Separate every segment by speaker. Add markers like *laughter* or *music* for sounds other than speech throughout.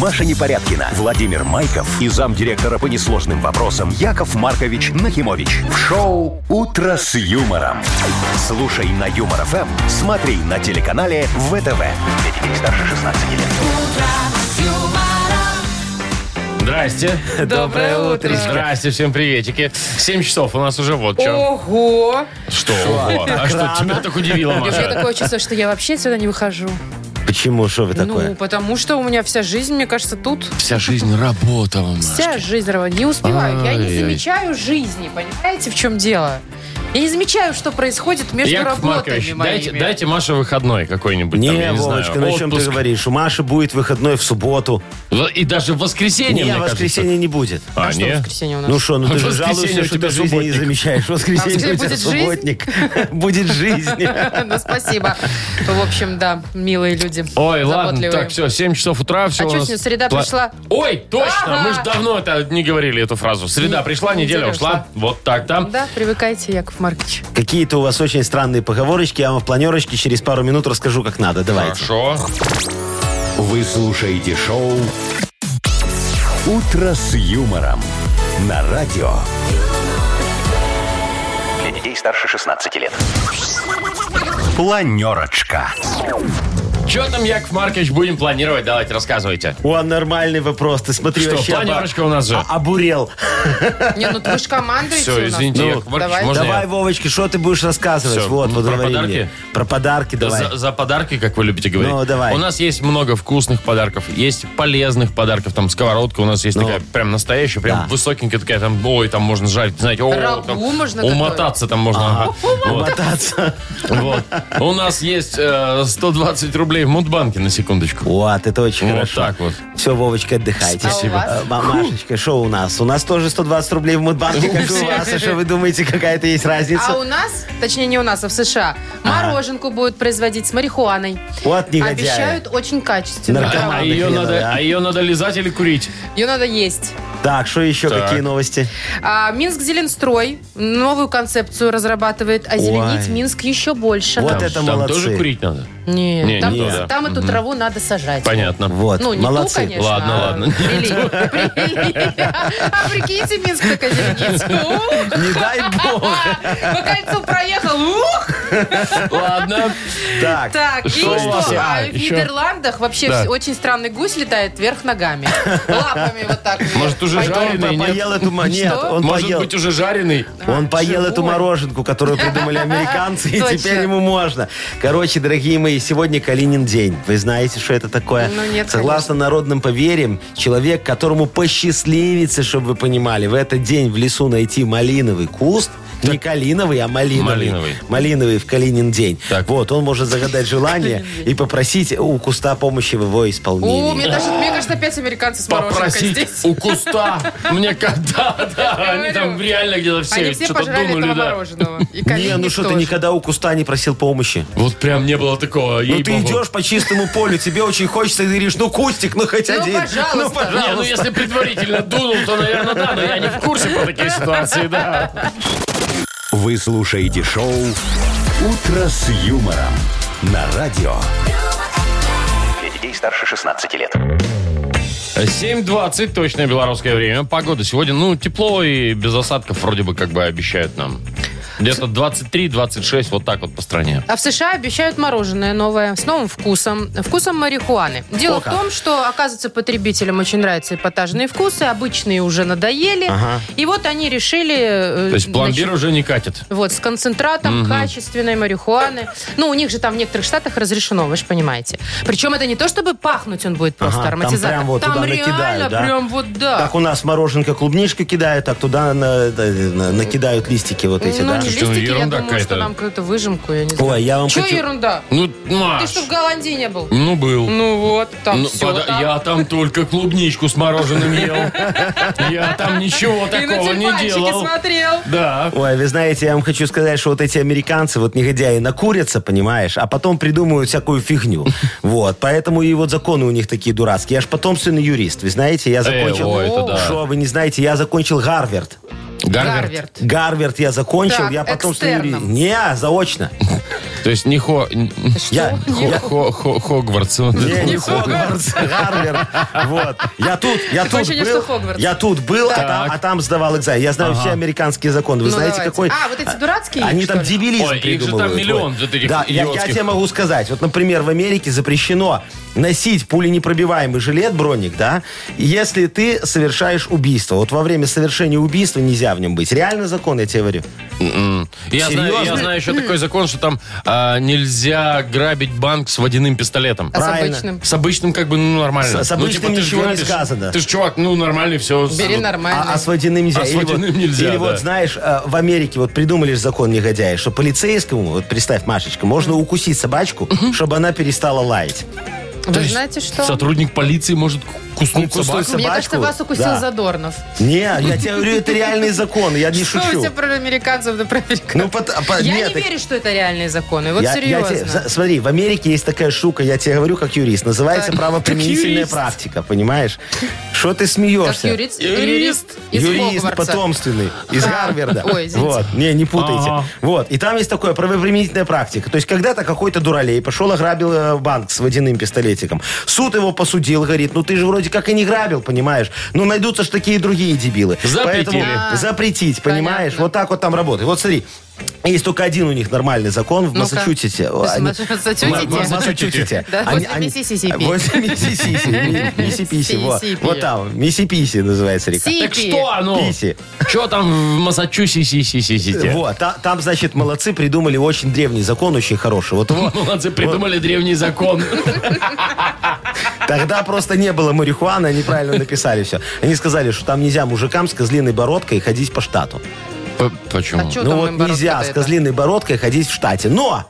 Speaker 1: Маша Непорядкина, Владимир Майков и замдиректора по несложным вопросам Яков Маркович Нахимович. В шоу «Утро с юмором». Слушай на Юмор ФМ, смотри на телеканале ВТВ. Для детей старше 16 лет.
Speaker 2: Здрасте.
Speaker 3: Доброе утречко.
Speaker 2: Здрасте, всем приветики. 7 часов у нас уже вот что.
Speaker 3: Ого!
Speaker 2: Что? ого? А что тебя так удивило,
Speaker 3: У меня
Speaker 2: Маша?
Speaker 3: такое чувство, что я вообще сюда не выхожу.
Speaker 4: Почему? Что вы
Speaker 3: Ну,
Speaker 4: такое?
Speaker 3: потому что у меня вся жизнь, мне кажется, тут.
Speaker 2: Вся жизнь работа у нас.
Speaker 3: Вся жизнь, Рова, не успеваю. Я не
Speaker 2: Ай-яй.
Speaker 3: замечаю жизни, понимаете, в чем дело? Я не замечаю, что происходит между
Speaker 2: Яков
Speaker 3: работами
Speaker 2: Маркович, дайте,
Speaker 3: моими.
Speaker 2: дайте Маше выходной какой-нибудь. там, я не
Speaker 4: Не, Вовочка,
Speaker 2: знаю,
Speaker 4: ну о чем ты
Speaker 2: отпуск.
Speaker 4: говоришь? У Маши будет выходной в субботу.
Speaker 2: В- И даже в воскресенье,
Speaker 4: Не,
Speaker 2: мне
Speaker 4: воскресенья не будет.
Speaker 2: кажется. А,
Speaker 3: Что в
Speaker 2: не?
Speaker 3: воскресенье у нас?
Speaker 4: Ну что, ну ты же
Speaker 2: воскресенье у
Speaker 4: жалуешься, что
Speaker 2: тебя
Speaker 4: ты жизни не
Speaker 2: субботник.
Speaker 4: замечаешь. В воскресенье у
Speaker 3: воскресенье
Speaker 4: тебя
Speaker 3: будет
Speaker 4: субботник. *laughs* Будет жизнь.
Speaker 3: *laughs* Ну, спасибо. В общем, да, милые люди.
Speaker 2: Ой, ладно,
Speaker 3: Заботливые.
Speaker 2: так, все, 7 часов утра, все.
Speaker 3: А чё сегодня среда пришла?
Speaker 2: Ой, точно,
Speaker 3: Ага.
Speaker 2: мы же давно это не говорили, эту фразу. Среда
Speaker 3: Не-
Speaker 2: пришла, неделя,
Speaker 3: неделя
Speaker 2: ушла.
Speaker 3: ушла.
Speaker 2: Вот так там.
Speaker 3: Да, привыкайте, Яков Маркович.
Speaker 4: Какие-то у вас очень странные поговорочки. Я вам в планерочке через пару минут расскажу, как надо. Давайте.
Speaker 2: Хорошо.
Speaker 1: Вы слушаете шоу «Утро с юмором» на радио. Для детей старше 16 лет. Планерочка.
Speaker 2: Че там, Яков Маркович, будем планировать? Давайте, рассказывайте.
Speaker 4: О, нормальный вопрос. Ты смотри
Speaker 2: Что,
Speaker 4: вообще. оба-
Speaker 2: планерочка у нас же.
Speaker 4: а- Обурел.
Speaker 3: Не, ну ты же командуете у
Speaker 2: Все,
Speaker 3: нас.
Speaker 2: извините,
Speaker 4: Ну,
Speaker 2: Яков Маркович,
Speaker 3: давай.
Speaker 2: можно
Speaker 4: Давай,
Speaker 2: я?
Speaker 4: Вовочка, что ты будешь рассказывать?
Speaker 2: Всё,
Speaker 4: вот,
Speaker 2: м,
Speaker 4: вот
Speaker 2: про
Speaker 4: говори
Speaker 2: подарки?
Speaker 4: мне. Про подарки
Speaker 2: Да
Speaker 4: давай.
Speaker 2: За, за подарки, как вы любите говорить.
Speaker 4: Ну, давай.
Speaker 2: У нас есть много вкусных подарков, есть полезных подарков. Там сковородка у нас есть такая прям настоящая, прям
Speaker 4: Ну. Да.
Speaker 2: высокенькая такая, там, ой, там можно жарить, знаете, о,
Speaker 3: Рагу
Speaker 2: там
Speaker 3: можно
Speaker 2: умотаться там можно. ага.
Speaker 4: *laughs* Умотаться.
Speaker 2: Вот. У нас есть э, 120 рублей в Мудбанке, на секундочку.
Speaker 4: Вот, это очень
Speaker 2: Вот
Speaker 4: а хорошо.
Speaker 2: так вот.
Speaker 4: Все, Вовочка, отдыхайте.
Speaker 3: Спасибо. А у вас?
Speaker 4: Э, Ма- Машечка, что у нас? У нас тоже 120 рублей в Мудбанке, как и у вас. А что вы думаете, какая-то есть
Speaker 3: А у
Speaker 4: разница?
Speaker 3: нас, точнее не у нас, а в США, мороженку будут производить с марихуаной.
Speaker 4: Вот негодяи.
Speaker 3: Обещают очень качественно.
Speaker 4: Нарко-
Speaker 3: Прям.
Speaker 2: А,
Speaker 4: Команда
Speaker 2: ее
Speaker 4: хреновая,
Speaker 2: надо,
Speaker 4: а.
Speaker 2: а ее надо лизать или курить?
Speaker 3: Ее надо есть.
Speaker 4: Так, что еще?
Speaker 2: Так.
Speaker 4: Какие новости?
Speaker 3: А, Минск Зеленстрой новую концепцию разрабатывает, а зеленить
Speaker 4: Ой.
Speaker 3: Минск еще больше.
Speaker 4: Вот
Speaker 2: Там-
Speaker 4: это
Speaker 2: там
Speaker 4: молодцы.
Speaker 2: тоже курить надо.
Speaker 3: Нет,
Speaker 2: Не,
Speaker 3: там,
Speaker 2: не то, да.
Speaker 3: там эту траву надо сажать.
Speaker 2: Понятно.
Speaker 4: Вот,
Speaker 3: Ну, не ту,
Speaker 4: молодцы.
Speaker 3: конечно.
Speaker 2: Ладно,
Speaker 3: а
Speaker 2: ладно.
Speaker 3: прилив. Прилив. А прикиньте, Минск только зеленится. Ух!
Speaker 4: Не дай бог.
Speaker 3: По кольцу проехал. Ух!
Speaker 2: Ладно.
Speaker 4: Так,
Speaker 3: Так, и
Speaker 2: Что
Speaker 3: что?
Speaker 2: у вас?
Speaker 3: А,
Speaker 2: А,
Speaker 3: в
Speaker 2: еще?
Speaker 3: Нидерландах вообще
Speaker 2: Да.
Speaker 3: вс- очень странный гусь летает вверх ногами. Лапами вот так. вверх.
Speaker 2: Может, уже
Speaker 3: Пойдем.
Speaker 4: он
Speaker 2: жареный,
Speaker 4: по-
Speaker 2: нет?
Speaker 4: поел эту... мо- Нет,
Speaker 3: Что?
Speaker 4: он
Speaker 2: Может
Speaker 4: поел...
Speaker 2: быть, уже жареный?
Speaker 4: Он поел эту
Speaker 3: А, живой.
Speaker 4: мороженку, которую придумали американцы,
Speaker 3: *laughs*
Speaker 4: и
Speaker 3: Точно.
Speaker 4: теперь ему можно. Короче, дорогие мои, сегодня Калинин день. Вы знаете, что это такое?
Speaker 3: Ну, нет,
Speaker 4: Согласно народным поверьям, человек, которому посчастливится, чтобы вы понимали, в этот день в лесу найти малиновый куст, не калиновый, а малиновый.
Speaker 2: Малиновый.
Speaker 4: Малиновый в Калинин день.
Speaker 2: Так.
Speaker 4: Вот, он может загадать желание и попросить у куста помощи в его
Speaker 3: О, мне
Speaker 4: исполнении.
Speaker 3: даже, мне кажется, опять американцы с мороженкой
Speaker 2: попросить
Speaker 3: здесь.
Speaker 2: у куста. Мне когда, да, они
Speaker 3: говорю.
Speaker 2: там реально где-то
Speaker 3: *laughs* Они
Speaker 2: все
Speaker 3: все
Speaker 2: что-то
Speaker 3: пожрали
Speaker 2: думали,
Speaker 3: этого
Speaker 2: да.
Speaker 3: мороженого. И
Speaker 4: *laughs* Не,
Speaker 3: Калиник
Speaker 4: ну что, ты
Speaker 3: тоже.
Speaker 4: никогда у куста не просил помощи?
Speaker 2: Вот прям не было такого.
Speaker 4: Ну
Speaker 2: ей-богу.
Speaker 4: ты идешь по чистому полю, тебе очень хочется, и ты говоришь, ну кустик, ну хоть
Speaker 3: Ну,
Speaker 4: один.
Speaker 3: пожалуйста.
Speaker 4: Ну,
Speaker 2: Не, ну
Speaker 4: пожалуйста.
Speaker 2: если предварительно дунул, то, наверное, да, но я не в курсе по такие ситуации, да.
Speaker 1: Вы слушаете шоу «Утро с юмором» на радио. Для детей старше 16 лет.
Speaker 2: 7.20, точное белорусское время. Погода сегодня, ну, тепло и без осадков вроде бы как бы обещают нам. Где-то 23-26, вот так вот по стране.
Speaker 3: А в США обещают мороженое новое с новым вкусом, вкусом марихуаны. Дело
Speaker 4: О,
Speaker 3: в
Speaker 4: как.
Speaker 3: том, что, оказывается, потребителям очень нравятся эпатажные вкусы, обычные уже надоели. И вот они решили... э,
Speaker 2: То есть пломбир
Speaker 3: значит,
Speaker 2: уже не катит.
Speaker 3: Вот, с концентратом качественной марихуаны. Ну, у них же там в некоторых штатах разрешено, вы же понимаете. Причем это не то, чтобы пахнуть он будет просто
Speaker 4: Ага, там
Speaker 3: ароматизатор.
Speaker 4: прям вот туда
Speaker 3: реально
Speaker 4: накидают, да?
Speaker 3: прям вот да.
Speaker 4: Как у нас мороженка клубничка кидают, так туда на- на- на- накидают листики вот эти,
Speaker 3: ну,
Speaker 4: да?
Speaker 3: не
Speaker 2: Что,
Speaker 3: листики, я
Speaker 2: ерунда
Speaker 3: думаю, что
Speaker 2: какая-то.
Speaker 3: нам какую-то выжимку, я не знаю.
Speaker 4: Ой, я вам
Speaker 3: Че
Speaker 4: хочу-
Speaker 3: ерунда?
Speaker 2: Ну,
Speaker 3: Ты
Speaker 2: Маш,
Speaker 3: что, в Голландии не был?
Speaker 2: ну был.
Speaker 3: Ну вот, там
Speaker 2: Ну,
Speaker 3: все
Speaker 2: пода-
Speaker 3: там.
Speaker 2: Я там только клубничку с мороженым ел. Я там ничего
Speaker 3: И на
Speaker 2: такого не
Speaker 3: тюльпанчики
Speaker 2: делал.
Speaker 3: смотрел.
Speaker 2: Да.
Speaker 4: Ой, вы знаете, я вам хочу сказать, что вот эти американцы, вот негодяи, накурятся, понимаешь, а потом придумывают всякую *laughs* фигню. Вот, поэтому и вот законы у них такие дурацкие. Я Э, ж потомственный юрист, вы знаете, я закончил...
Speaker 2: о, это да.
Speaker 4: Что вы не знаете, я закончил Гарвард.
Speaker 2: Гарвард.
Speaker 3: Гарверт.
Speaker 4: Гарверт я закончил,
Speaker 3: Так,
Speaker 4: я потом стал
Speaker 3: экстерном.
Speaker 4: юри- Не, заочно.
Speaker 2: То есть не хо...
Speaker 4: Я,
Speaker 2: хо- хо- хо- Хогвартс.
Speaker 4: Не,
Speaker 2: *laughs*
Speaker 4: не
Speaker 2: Хогвартс.
Speaker 4: Хогвартс, Гарвард. Вот. Я тут, я тут
Speaker 3: ощущение,
Speaker 4: был.
Speaker 3: что Хогвартс.
Speaker 4: Я тут был, а там, а там сдавал экзамен. Я знаю все американские законы. Вы
Speaker 3: Ну,
Speaker 4: знаете,
Speaker 3: давайте.
Speaker 4: какой...
Speaker 3: А, вот эти дурацкие,
Speaker 4: Они
Speaker 3: что
Speaker 4: там
Speaker 3: ли?
Speaker 4: дебилизм
Speaker 2: Ой, их же там
Speaker 4: придумывают. Ой.
Speaker 2: миллион вот этих
Speaker 4: Да, я, я
Speaker 2: идиотских.
Speaker 4: тебе могу сказать. Вот, например, в Америке запрещено носить пуленепробиваемый жилет, броник, да, если ты совершаешь убийство. Вот во время совершения убийства нельзя в нем быть. Реально закон, я тебе говорю.
Speaker 2: Я знаю, я
Speaker 4: Серьезно?
Speaker 2: знаю еще такой закон, что там а, нельзя грабить банк с водяным пистолетом.
Speaker 3: А с
Speaker 4: правильно.
Speaker 3: обычным?
Speaker 2: С обычным как бы ну нормально.
Speaker 4: С- с
Speaker 2: Ну,
Speaker 4: обычным
Speaker 2: ты ж
Speaker 4: ничего не
Speaker 2: грабишь.
Speaker 4: сказано.
Speaker 2: Ты же чувак, ну нормальный, все.
Speaker 3: Бери нормально.
Speaker 4: А, а с водяным нельзя.
Speaker 2: А с
Speaker 4: Или вот-
Speaker 2: водяным нельзя,
Speaker 4: Или
Speaker 2: да.
Speaker 4: вот, знаешь, э, в Америке вот придумали же закон негодяи, что полицейскому, вот представь, Машечка, можно укусить собачку, чтобы она перестала лаять.
Speaker 3: Вы знаете что?
Speaker 2: Сотрудник полиции может куснуть
Speaker 4: Куснуть
Speaker 2: собаку.
Speaker 4: собаку.
Speaker 3: Мне кажется,
Speaker 4: собачку?
Speaker 3: вас укусил
Speaker 4: Да.
Speaker 3: Задорнов.
Speaker 4: Не, я тебе говорю, это реальный закон, я не
Speaker 3: Что вы
Speaker 4: шучу.
Speaker 3: все про американцев да про американцев?
Speaker 4: Ну, пот- по-
Speaker 3: я
Speaker 4: нет,
Speaker 3: не
Speaker 4: так-
Speaker 3: верю, что это реальные законы. Вот
Speaker 4: Я- я
Speaker 3: серьезно.
Speaker 4: тебе- за- смотри, в Америке есть такая штука, я тебе говорю, как юрист, называется
Speaker 3: Так. Как
Speaker 4: правоприменительная
Speaker 3: юрист.
Speaker 4: практика, понимаешь? Что ты
Speaker 3: Как
Speaker 4: смеешься?
Speaker 3: юрист, юрист из
Speaker 4: Юрист
Speaker 3: Хогвартса.
Speaker 4: потомственный из
Speaker 3: А,
Speaker 4: Гарварда.
Speaker 3: ой, извините.
Speaker 4: вот, не, не путайте.
Speaker 2: Ага.
Speaker 4: Вот, и там есть такое правоприменительная практика. То есть когда-то какой-то дуралей пошел ограбил э, банк с водяным пистолетиком. Суд его посудил, говорит, ну ты же вроде как и не грабил, понимаешь? Ну найдутся же такие другие дебилы.
Speaker 2: Запретили.
Speaker 4: Поэтому
Speaker 3: А,
Speaker 4: запретить, понимаешь?
Speaker 3: понятно.
Speaker 4: Вот так вот там работает. Вот смотри, есть только один у них нормальный закон в
Speaker 3: Ну-ка.
Speaker 4: Массачусетсе.
Speaker 3: То есть
Speaker 4: Они-
Speaker 3: *laughs* Массачусетсе?
Speaker 4: Ма- Ма- Массачусетсе.
Speaker 3: Да,
Speaker 4: Они-
Speaker 3: возле
Speaker 4: они-
Speaker 3: Миссисипи.
Speaker 4: Возле Миссисипи. Ми- Миссисипи, вот.
Speaker 3: Миссисипи.
Speaker 4: Вот там, Миссиписи называется река.
Speaker 3: Си-
Speaker 2: Так что оно?
Speaker 4: Писи.
Speaker 2: Что там в Массачусетсе?
Speaker 4: Вот, та- там, значит, молодцы придумали очень древний закон, очень хороший.
Speaker 2: *laughs*
Speaker 4: Вот его
Speaker 2: Молодцы, придумали древний закон.
Speaker 4: тогда просто не было марихуаны, они правильно написали все. Они сказали, что там нельзя мужикам с козлиной бородкой ходить по штату.
Speaker 2: П- Почему?
Speaker 3: А чё
Speaker 4: ну
Speaker 3: там
Speaker 4: вот
Speaker 3: им бороться-то
Speaker 4: нельзя с
Speaker 3: это?
Speaker 4: козлиной бородкой ходить в штате. Но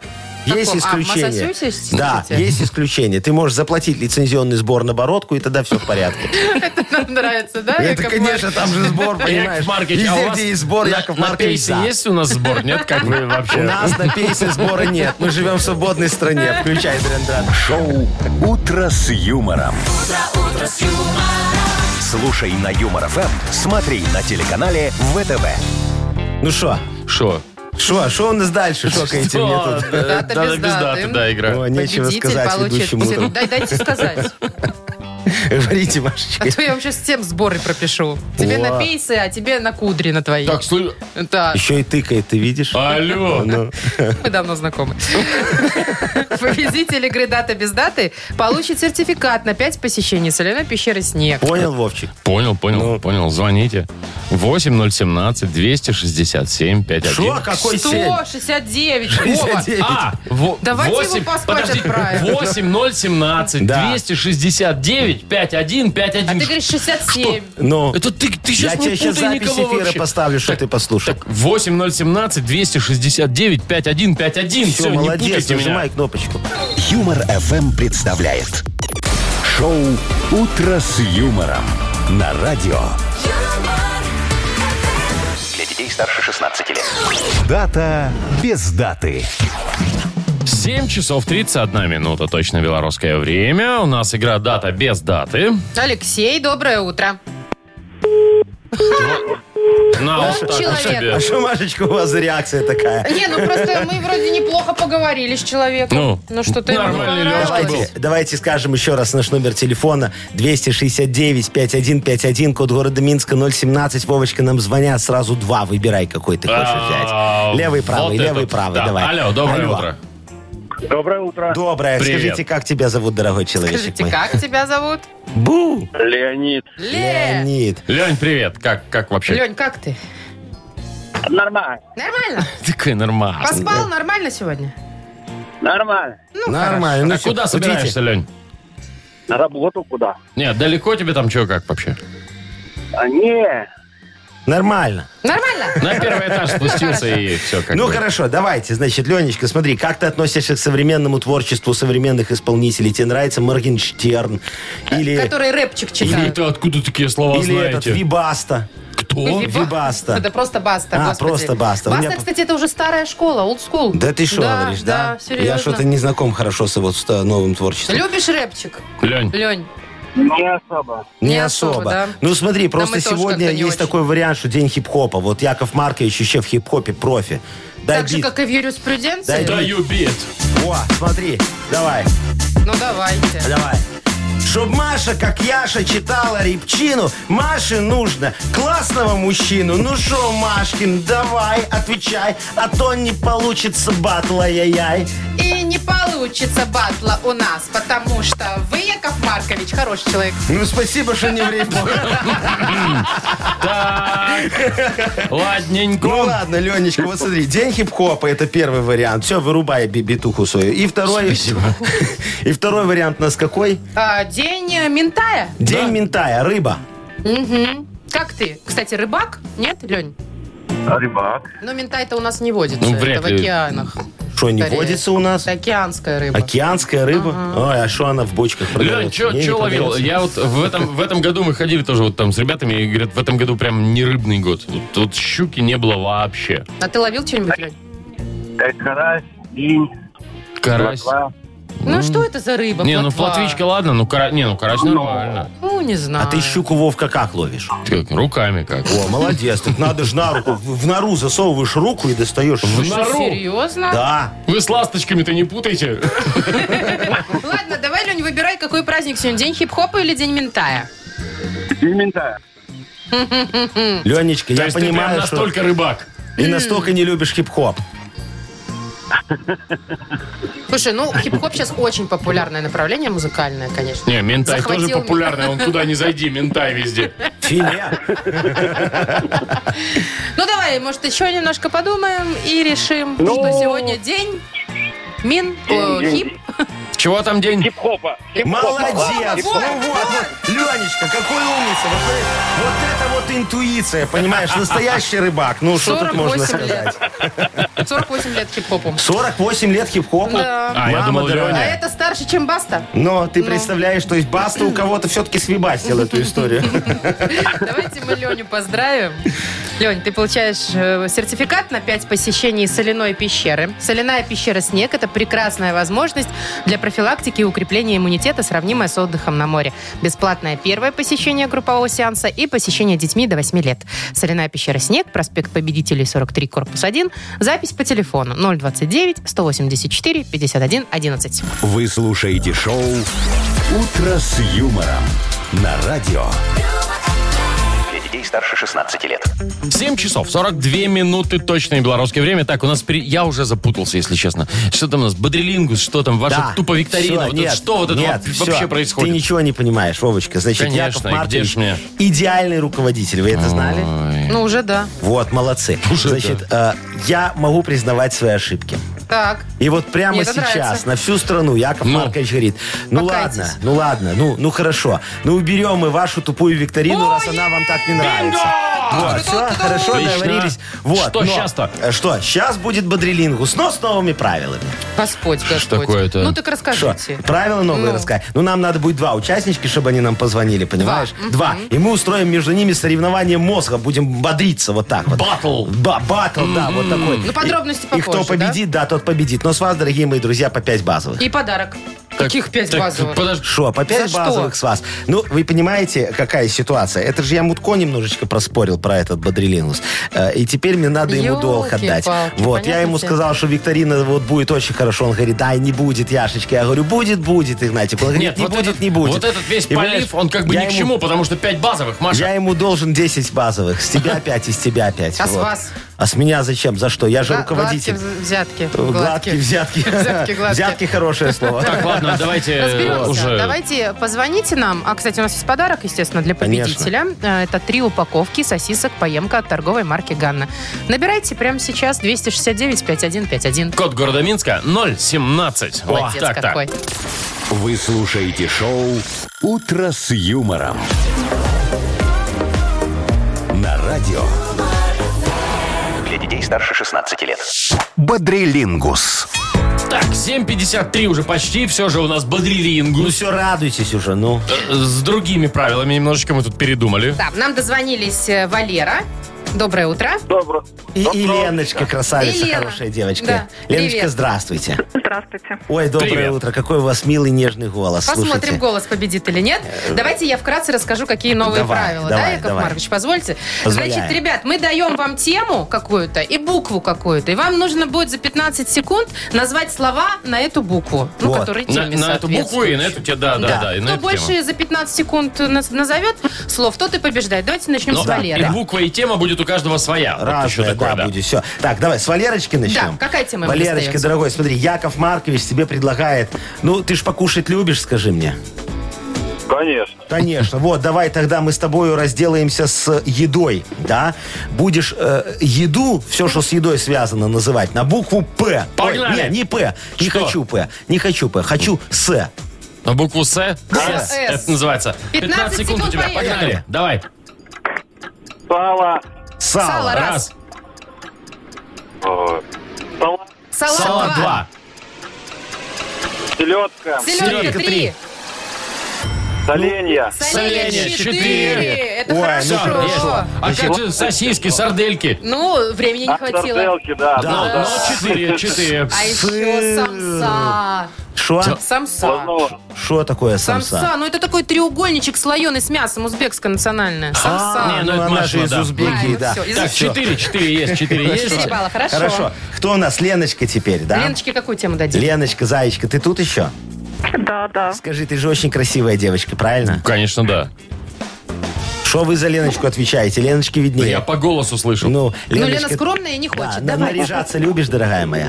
Speaker 4: есть
Speaker 3: а, в
Speaker 4: исключение.
Speaker 3: Массачусетсе?
Speaker 4: да, есть исключение. Ты можешь заплатить лицензионный сбор на бородку, и тогда все в порядке.
Speaker 2: *laughs*
Speaker 3: Нам *laughs* нравится, да?
Speaker 4: Это,
Speaker 3: Яков
Speaker 4: конечно, там же сбор, понимаешь.
Speaker 2: Яков Маркович, а у
Speaker 4: Везде,
Speaker 2: вас
Speaker 4: где есть сбор,
Speaker 2: на-
Speaker 4: Яков
Speaker 2: на
Speaker 4: Маркович
Speaker 2: пейсе
Speaker 4: за.
Speaker 2: есть у нас сбор? Нет, как вы
Speaker 4: У
Speaker 2: вообще?
Speaker 4: нас на пейсе сбора нет. Мы живем в свободной стране. Включай, Дрендран.
Speaker 1: Шоу «Утро с юмором». Слушай на Юмор ФМ, смотри на телеканале ВТВ.
Speaker 4: Ну что?
Speaker 2: Что?
Speaker 4: Что? Что у нас дальше? Что, Кэти, мне
Speaker 3: Маркович,
Speaker 4: тут?
Speaker 2: Дата без даты, да, игра.
Speaker 4: О, А нечего
Speaker 3: победитель
Speaker 4: сказать
Speaker 3: получит...
Speaker 4: ведущему.
Speaker 3: Дай- Дайте сказать.
Speaker 4: Говорите,
Speaker 3: А
Speaker 4: Машечка.
Speaker 3: то я вам сейчас всем сборы пропишу. Тебе
Speaker 4: Во.
Speaker 3: на пейсы, а тебе на кудри на твои.
Speaker 2: Так, слушай,
Speaker 4: *laughs*
Speaker 3: Да,
Speaker 4: Еще и тыкает, ты видишь?
Speaker 2: А. алло.
Speaker 4: Ну,
Speaker 3: мы давно знакомы. Победитель игры «Дата без даты» получит сертификат на 5 посещений соляной пещеры «Снег».
Speaker 4: понял, Вовчик?
Speaker 2: Понял, понял,
Speaker 4: Ну.
Speaker 2: понял. Звоните. 8017-267-51.
Speaker 4: Что? Какой семь?
Speaker 3: Что? 69? Вова,
Speaker 4: 59.
Speaker 2: А, во-
Speaker 3: Давайте его
Speaker 2: восемь-
Speaker 3: поспать
Speaker 2: подожди,
Speaker 3: отправим.
Speaker 2: 8017
Speaker 4: Да.
Speaker 2: 269 51 51.
Speaker 3: А ты говоришь 67.
Speaker 4: Ну,
Speaker 2: Это ты, ты сейчас
Speaker 4: я тебе сейчас запись эфира поставлю, что ты послушал.
Speaker 2: 8017 269 5151. Все,
Speaker 4: Все,
Speaker 2: не
Speaker 4: молодец,
Speaker 2: путайте меня.
Speaker 4: нажимай кнопочку.
Speaker 1: Юмор ФМ представляет. Шоу «Утро с юмором» на радио.
Speaker 5: Для детей старше 16 лет.
Speaker 1: Дата без даты.
Speaker 2: 7 часов 31 минута, точно белорусское время. У нас игра «Дата без даты».
Speaker 3: Алексей, доброе утро.
Speaker 2: На,
Speaker 3: Вот
Speaker 2: вот так вот
Speaker 3: человек.
Speaker 2: тебе.
Speaker 4: А что, Машечка, у вас за реакция такая?
Speaker 3: Не, ну просто мы вроде неплохо поговорили с человеком.
Speaker 2: Ну,
Speaker 3: ну что-то ему
Speaker 2: нормальный Лёшка
Speaker 3: понравилось.
Speaker 4: Давайте, давайте скажем еще раз наш номер телефона 269-5151, код города Минска 017. Вовочка, нам звонят сразу два. Выбирай, какой ты хочешь
Speaker 2: А,
Speaker 4: взять. Левый, правый,
Speaker 2: вот
Speaker 4: левый,
Speaker 2: этот,
Speaker 4: правый.
Speaker 2: да.
Speaker 4: Давай.
Speaker 2: Алло, доброе
Speaker 4: Алло.
Speaker 2: утро.
Speaker 6: Доброе утро.
Speaker 4: Доброе.
Speaker 2: Привет.
Speaker 4: Скажите, как тебя зовут, дорогой человечек
Speaker 3: Скажите,
Speaker 4: мой?
Speaker 3: как Э, тебя зовут?
Speaker 4: Бу!
Speaker 6: Леонид.
Speaker 3: Ле.
Speaker 4: Леонид.
Speaker 2: Лень, привет. Как, как вообще?
Speaker 3: Лень, как ты?
Speaker 6: Нормально.
Speaker 4: *laughs*
Speaker 3: Нормально?
Speaker 2: Такой
Speaker 4: А
Speaker 2: нормальный.
Speaker 3: Поспал нормально сегодня?
Speaker 6: Нормально.
Speaker 4: Нормально. Ну
Speaker 2: а
Speaker 4: всё,
Speaker 2: куда
Speaker 4: вот видите,
Speaker 2: собираешься, Лень?
Speaker 6: На работу куда?
Speaker 2: Нет, далеко тебе там что, как вообще?
Speaker 6: А, не.
Speaker 4: Нормально.
Speaker 3: Нормально?
Speaker 2: На первый этаж спустился и все. Как
Speaker 4: ну
Speaker 2: бы.
Speaker 4: хорошо, давайте. Значит, Ленечка, смотри, как ты относишься к современному творчеству современных исполнителей? Тебе нравится Моргенштерн? Или,
Speaker 3: Э, Который рэпчик
Speaker 2: Или
Speaker 3: читает.
Speaker 2: это откуда такие слова
Speaker 4: или этот
Speaker 2: знаете?
Speaker 4: Вибаста?
Speaker 2: Кто?
Speaker 3: Виба-
Speaker 4: Вибаста.
Speaker 3: Да просто баста,
Speaker 4: А,
Speaker 3: господи.
Speaker 4: просто баста. У
Speaker 3: Баста,
Speaker 4: меня-
Speaker 3: кстати, это уже старая школа, олдскул.
Speaker 4: Да ты что
Speaker 3: Да,
Speaker 4: говоришь, да?
Speaker 3: да, серьезно.
Speaker 4: Я что-то не знаком хорошо с его с, э, новым творчеством.
Speaker 3: Любишь рэпчик,
Speaker 2: Лень,
Speaker 3: Лень?
Speaker 6: Не особо.
Speaker 4: Не
Speaker 3: Не
Speaker 4: особо.
Speaker 3: особо, да.
Speaker 4: Ну смотри, просто
Speaker 3: мы тоже
Speaker 4: сегодня
Speaker 3: как-то не
Speaker 4: есть
Speaker 3: очень.
Speaker 4: такой вариант, что день хип-хопа. Вот Яков Маркович еще в хип-хопе профи. Дай
Speaker 3: Так же,
Speaker 4: бит.
Speaker 3: как и в юриспруденции?
Speaker 4: Дай бит.
Speaker 2: Даю бит.
Speaker 4: О, смотри, давай,
Speaker 3: Ну, давайте.
Speaker 4: давай. Чтоб Маша, как Яша, читала репчину, Маше нужно классного мужчину. Ну шо, Машкин, давай, отвечай, а то не получится батла, яй-яй.
Speaker 3: И не получится батла у нас, потому что вы, Яков Маркович, хороший человек.
Speaker 4: Ну спасибо, что не время.
Speaker 3: *laughs*
Speaker 4: Ну
Speaker 2: Ладненько.
Speaker 4: ладно, Ленечка, вот смотри, день хип-хопа это первый вариант. Все, вырубай би- битуху свою. И второй. *laughs* И второй вариант у нас какой?
Speaker 3: А, день э, ментая?
Speaker 4: День ментая, рыба.
Speaker 3: Мгм. Как ты? Кстати, рыбак? Нет, Лень?
Speaker 6: Рыбак.
Speaker 3: Ну, ментай-то у нас не водится.
Speaker 2: Ну, вряд
Speaker 3: это
Speaker 2: ли.
Speaker 3: в океанах.
Speaker 4: Что, не
Speaker 3: Скорее.
Speaker 4: водится у нас?
Speaker 3: Это океанская рыба.
Speaker 4: Океанская рыба? Ой, а что она в бочках
Speaker 2: Лен,
Speaker 4: продается?
Speaker 2: что
Speaker 4: Не, не
Speaker 2: ловил?
Speaker 4: продается.
Speaker 2: Я вот в этом, в этом году мы ходили тоже вот там с ребятами и говорят, в этом году прям не рыбный год. Вот, вот щуки не было вообще.
Speaker 3: А ты ловил что-нибудь, Лень?
Speaker 6: Э, Карась, инь,
Speaker 2: Карась.
Speaker 6: плотва.
Speaker 3: Ну, что это за рыба?
Speaker 2: Не, ну
Speaker 3: плотва?
Speaker 2: плотвичка, ладно, ну кара... не, ну карась нормально.
Speaker 3: Ну, не знаю.
Speaker 4: А ты щуку Вовка как ловишь?
Speaker 2: Ты как, руками как.
Speaker 4: О, молодец. Так надо же на руку. В в нору засовываешь руку и достаешь.
Speaker 2: В
Speaker 4: щуку.
Speaker 2: нору.
Speaker 3: Серьезно?
Speaker 4: Да.
Speaker 2: Вы с ласточками-то не путайте.
Speaker 3: Ладно, давай, Лень, выбирай, какой праздник сегодня. День хип-хопа или день ментая?
Speaker 6: День ментая.
Speaker 4: Ленечка,
Speaker 2: То
Speaker 4: я
Speaker 2: есть ты прям
Speaker 4: понимаю, что
Speaker 2: настолько рыбак.
Speaker 4: ты настолько не любишь хип-хоп.
Speaker 3: Слушай, ну, хип-хоп сейчас очень популярное направление музыкальное, конечно.
Speaker 2: Не, ментай
Speaker 3: Захватил
Speaker 2: тоже
Speaker 3: меня.
Speaker 2: популярный, он туда не зайди, ментай везде.
Speaker 4: Фине.
Speaker 3: Ну, давай, может, еще немножко подумаем и решим,
Speaker 2: Ну.
Speaker 3: что сегодня день мин... э, хип...
Speaker 2: Чего там день?
Speaker 6: Хип-хопа.
Speaker 4: Молодец! Ну вот, вот, Ленечка, какой умница! Вот, это- вот это вот интуиция, понимаешь? Настоящий рыбак. Ну, что тут можно
Speaker 3: 48 лет.
Speaker 4: сказать?
Speaker 3: 48 лет хип-хопу.
Speaker 4: 48 лет хип-хопу?
Speaker 3: Да.
Speaker 2: А, я
Speaker 4: Мама
Speaker 2: думал,
Speaker 4: дорогая.
Speaker 3: А
Speaker 2: Лёня.
Speaker 3: это старше, чем Баста?
Speaker 4: Но ты представляешь, то есть Баста у кого-то все-таки свебастил эту
Speaker 3: *laughs*
Speaker 4: историю.
Speaker 3: Давайте мы Леню поздравим. Лень, ты получаешь э, сертификат на 5 посещений соляной пещеры. Соляная пещера «Снег» — это прекрасная возможность для профилактики и укрепления иммунитета, сравнимая с отдыхом на море. Бесплатное первое посещение группового сеанса и посещение детьми до 8 лет. Соляная пещера «Снег», проспект Победителей, 43, корпус 1. Запись по телефону 029-184-51-11.
Speaker 1: Вы слушаете шоу «Утро с юмором» на радио.
Speaker 5: Для детей старше 16 лет.
Speaker 2: 7 часов 42 минуты точное белорусское время. Так, у нас... пере- Я уже запутался, если честно. Что там у нас? Бодрилингус, что там? Ваша
Speaker 4: Да.
Speaker 2: тупо викторина?
Speaker 4: Всё,
Speaker 2: Вот это
Speaker 4: нет,
Speaker 2: что вот это
Speaker 4: нет,
Speaker 2: во-
Speaker 4: всё.
Speaker 2: вообще происходит?
Speaker 4: Ты ничего не понимаешь, Вовочка. Значит,
Speaker 2: Конечно,
Speaker 4: Яков
Speaker 2: и где
Speaker 4: Маркович
Speaker 2: ж мне?
Speaker 4: идеальный руководитель. Вы это знали?
Speaker 2: Ой.
Speaker 3: Ну, уже да.
Speaker 4: Вот, молодцы.
Speaker 2: Уже
Speaker 4: Значит, э, я могу признавать свои ошибки.
Speaker 3: Так.
Speaker 4: И вот прямо
Speaker 3: Мне это
Speaker 4: сейчас
Speaker 3: нравится.
Speaker 4: на всю страну Яков
Speaker 2: Ну.
Speaker 4: Маркович говорит, ну
Speaker 3: Покайтесь.
Speaker 4: ладно, ну ладно, ну, ну хорошо, ну уберем мы вашу тупую викторину, раз она вам так не нравится. Вот, все, хорошо,
Speaker 2: Отлично.
Speaker 4: договорились. Вот,
Speaker 2: Что
Speaker 4: но-
Speaker 2: щас-то?
Speaker 4: э, Что, сейчас будет бодрелингус, но с новыми правилами.
Speaker 3: Господь, Господь.
Speaker 2: такое-то?
Speaker 3: Ну, так
Speaker 4: Что,
Speaker 3: расскажите.
Speaker 4: правила новые
Speaker 3: Ну.
Speaker 4: рассказать? Ну, нам надо будет два участнички, чтобы они нам позвонили, понимаешь? Два. И мы устроим между ними соревнование мозга, будем бодриться вот так вот.
Speaker 2: Баттл.
Speaker 4: Ба- баттл, да, вот такой.
Speaker 3: Ну, подробности
Speaker 4: И- И кто
Speaker 3: попозже, да?
Speaker 4: победит, да, тот победит. Но с вас, дорогие мои друзья, по 5 базовых.
Speaker 3: И подарок. Каких пять
Speaker 2: Так,
Speaker 3: базовых?
Speaker 2: подожди.
Speaker 4: Шо, по 5
Speaker 3: За
Speaker 4: базовых
Speaker 3: что?
Speaker 4: с вас. Ну, вы понимаете, какая ситуация? Это же я Мутко немножечко проспорил про этот бодрелинус. Э, И теперь мне надо ему долг отдать.
Speaker 3: Ёлки-палки,
Speaker 4: вот, я
Speaker 3: понятно
Speaker 4: ему
Speaker 3: всё.
Speaker 4: сказал, что викторина вот будет очень хорошо. Он говорит, ай, не будет, Яшечка. Я говорю, будет, будет, Игнатик. Он говорит,
Speaker 2: Нет,
Speaker 4: не
Speaker 2: вот
Speaker 4: будет,
Speaker 2: этот,
Speaker 4: не будет.
Speaker 2: Вот этот весь
Speaker 4: И, понимаешь,
Speaker 2: полив, он как бы
Speaker 4: я
Speaker 2: ни к
Speaker 4: ему-
Speaker 2: чему, потому что 5 базовых, Маша.
Speaker 4: Я ему должен 10 базовых. С тебя 5, из тебя 5.
Speaker 3: А с вас?
Speaker 4: А с меня зачем? За что? Я же руководитель.
Speaker 3: Гладкие взятки.
Speaker 4: Гладкие
Speaker 3: *laughs*
Speaker 4: взятки.
Speaker 3: Взятки, гладкие.
Speaker 4: Взятки хорошее слово.
Speaker 2: Так, ладно, давайте э,
Speaker 3: Разберемся.
Speaker 2: уже...
Speaker 3: Давайте позвоните нам. А, кстати, у нас есть подарок, естественно, для
Speaker 4: Конечно.
Speaker 3: победителя. Э, Это три упаковки сосисок поемка от торговой марки «Ганна». Набирайте прямо сейчас 269-5151.
Speaker 2: Код города Минска 017. О,
Speaker 3: Молодец
Speaker 2: так, так.
Speaker 3: какой.
Speaker 1: Вы слушаете шоу «Утро с юмором» на радио.
Speaker 5: Для детей старше 16 лет.
Speaker 1: Бодрилингус.
Speaker 2: Так, 7.53 уже почти, все же у нас
Speaker 4: Ну
Speaker 2: бодрилингус.
Speaker 4: все, радуйтесь уже, ну.
Speaker 2: Э, С другими правилами немножечко мы тут передумали.
Speaker 3: Да, нам дозвонились э, Валера. Доброе утро.
Speaker 6: Доброе.
Speaker 4: И, и Леночка, красавица,
Speaker 3: И Лена.
Speaker 4: хорошая девочка.
Speaker 3: Да.
Speaker 4: Леночка,
Speaker 3: Привет.
Speaker 4: здравствуйте.
Speaker 7: Здравствуйте.
Speaker 4: Ой, доброе
Speaker 2: Привет.
Speaker 4: утро. Какой у вас милый, нежный голос.
Speaker 3: Посмотрим,
Speaker 4: Слушайте. Э,
Speaker 3: голос победит или нет. Давайте я вкратце расскажу, какие новые
Speaker 4: Давай,
Speaker 3: правила. да,
Speaker 4: давай,
Speaker 3: Яков
Speaker 4: давай.
Speaker 3: Маркович, позвольте.
Speaker 4: Позволяю.
Speaker 3: Значит, ребят, мы даем вам тему какую-то и букву какую-то. И вам нужно будет за 15 секунд назвать слова на эту букву. Ну,
Speaker 4: Вот.
Speaker 3: которые
Speaker 2: На,
Speaker 3: теме
Speaker 2: на эту букву и на эту
Speaker 3: соответствуют.
Speaker 2: тебе, да, да, да. и на
Speaker 3: Кто
Speaker 2: эту тему.
Speaker 3: больше за 15 секунд наз- назовет слов, тот и побеждает. Давайте начнем
Speaker 2: Ну,
Speaker 3: с
Speaker 2: И
Speaker 3: Валеры.
Speaker 2: буква, и тема будет у каждого своя. Вот еще
Speaker 4: Разное,
Speaker 2: такое,
Speaker 4: да,
Speaker 2: да.
Speaker 4: будет. Все. Так, давай, с Валерочки начнем.
Speaker 3: Да, какая тема ему
Speaker 4: Валерочка,
Speaker 3: достается?
Speaker 4: дорогой, смотри, Яков Маркович тебе предлагает. Ну, ты ж покушать любишь, скажи мне.
Speaker 6: Конечно.
Speaker 4: Конечно. Вот, давай тогда мы с тобою разделаемся с едой, да? Будешь э, еду, все, что с едой связано, называть на букву П.
Speaker 2: Погнали.
Speaker 4: Ой, не, не П. Не
Speaker 2: Что?
Speaker 4: хочу П. Не хочу П. Хочу С.
Speaker 2: На букву С.
Speaker 3: Да.
Speaker 2: С. Это называется.
Speaker 3: 15
Speaker 2: секунд у тебя.
Speaker 3: секунд, поехали.
Speaker 2: Погнали. Давай.
Speaker 6: Сало.
Speaker 4: Сало.
Speaker 3: Сало, раз.
Speaker 2: Раз.
Speaker 6: Э, Салат.
Speaker 3: Салат,
Speaker 2: Сало
Speaker 3: два.
Speaker 2: два.
Speaker 6: Селедка.
Speaker 3: Селедка
Speaker 2: Селедка,
Speaker 3: три.
Speaker 6: Соленья.
Speaker 2: Соленья, четыре.
Speaker 3: Это
Speaker 4: Ой, ну
Speaker 3: хорошо.
Speaker 4: хорошо.
Speaker 2: Есть. А как же сосиски, сардельки?
Speaker 3: Ну, времени не хватило.
Speaker 6: Сарделки, да.
Speaker 2: Ну,
Speaker 4: Да.
Speaker 2: ну, четыре, четыре.
Speaker 3: А еще
Speaker 4: Сыр.
Speaker 3: самса.
Speaker 4: Шо?
Speaker 3: Самса.
Speaker 2: ну,
Speaker 6: Глазного.
Speaker 4: Шо такое самса?
Speaker 3: Самса. Ну, это такой треугольничек слоеный с мясом, узбекская национальная.
Speaker 2: не,
Speaker 3: Самса.
Speaker 2: ну,
Speaker 4: ну,
Speaker 2: это
Speaker 4: она же
Speaker 2: Маша,
Speaker 4: из
Speaker 2: да.
Speaker 3: А,
Speaker 4: Узбекии,
Speaker 3: ну
Speaker 4: да.
Speaker 3: всё, из-
Speaker 2: Так,
Speaker 4: Всё.
Speaker 2: четыре, четыре есть, четыре есть.
Speaker 3: Четыре балла, хорошо.
Speaker 4: Хорошо. Кто у нас? Леночка теперь, да?
Speaker 3: Леночке какую тему дадим?
Speaker 4: Леночка, Заечка, ты тут еще?
Speaker 7: Да, да.
Speaker 4: Скажи, ты же очень красивая девочка, правильно?
Speaker 2: Конечно, да.
Speaker 4: Что вы за Леночку отвечаете? Леночке
Speaker 2: Я
Speaker 4: виднее.
Speaker 2: по голосу слышал.
Speaker 4: Ну,
Speaker 3: Ну,
Speaker 4: Леночка-
Speaker 3: Лена скромная и не
Speaker 4: Да,
Speaker 3: хочет.
Speaker 4: на-
Speaker 3: Давай.
Speaker 4: наряжаться любишь, дорогая моя?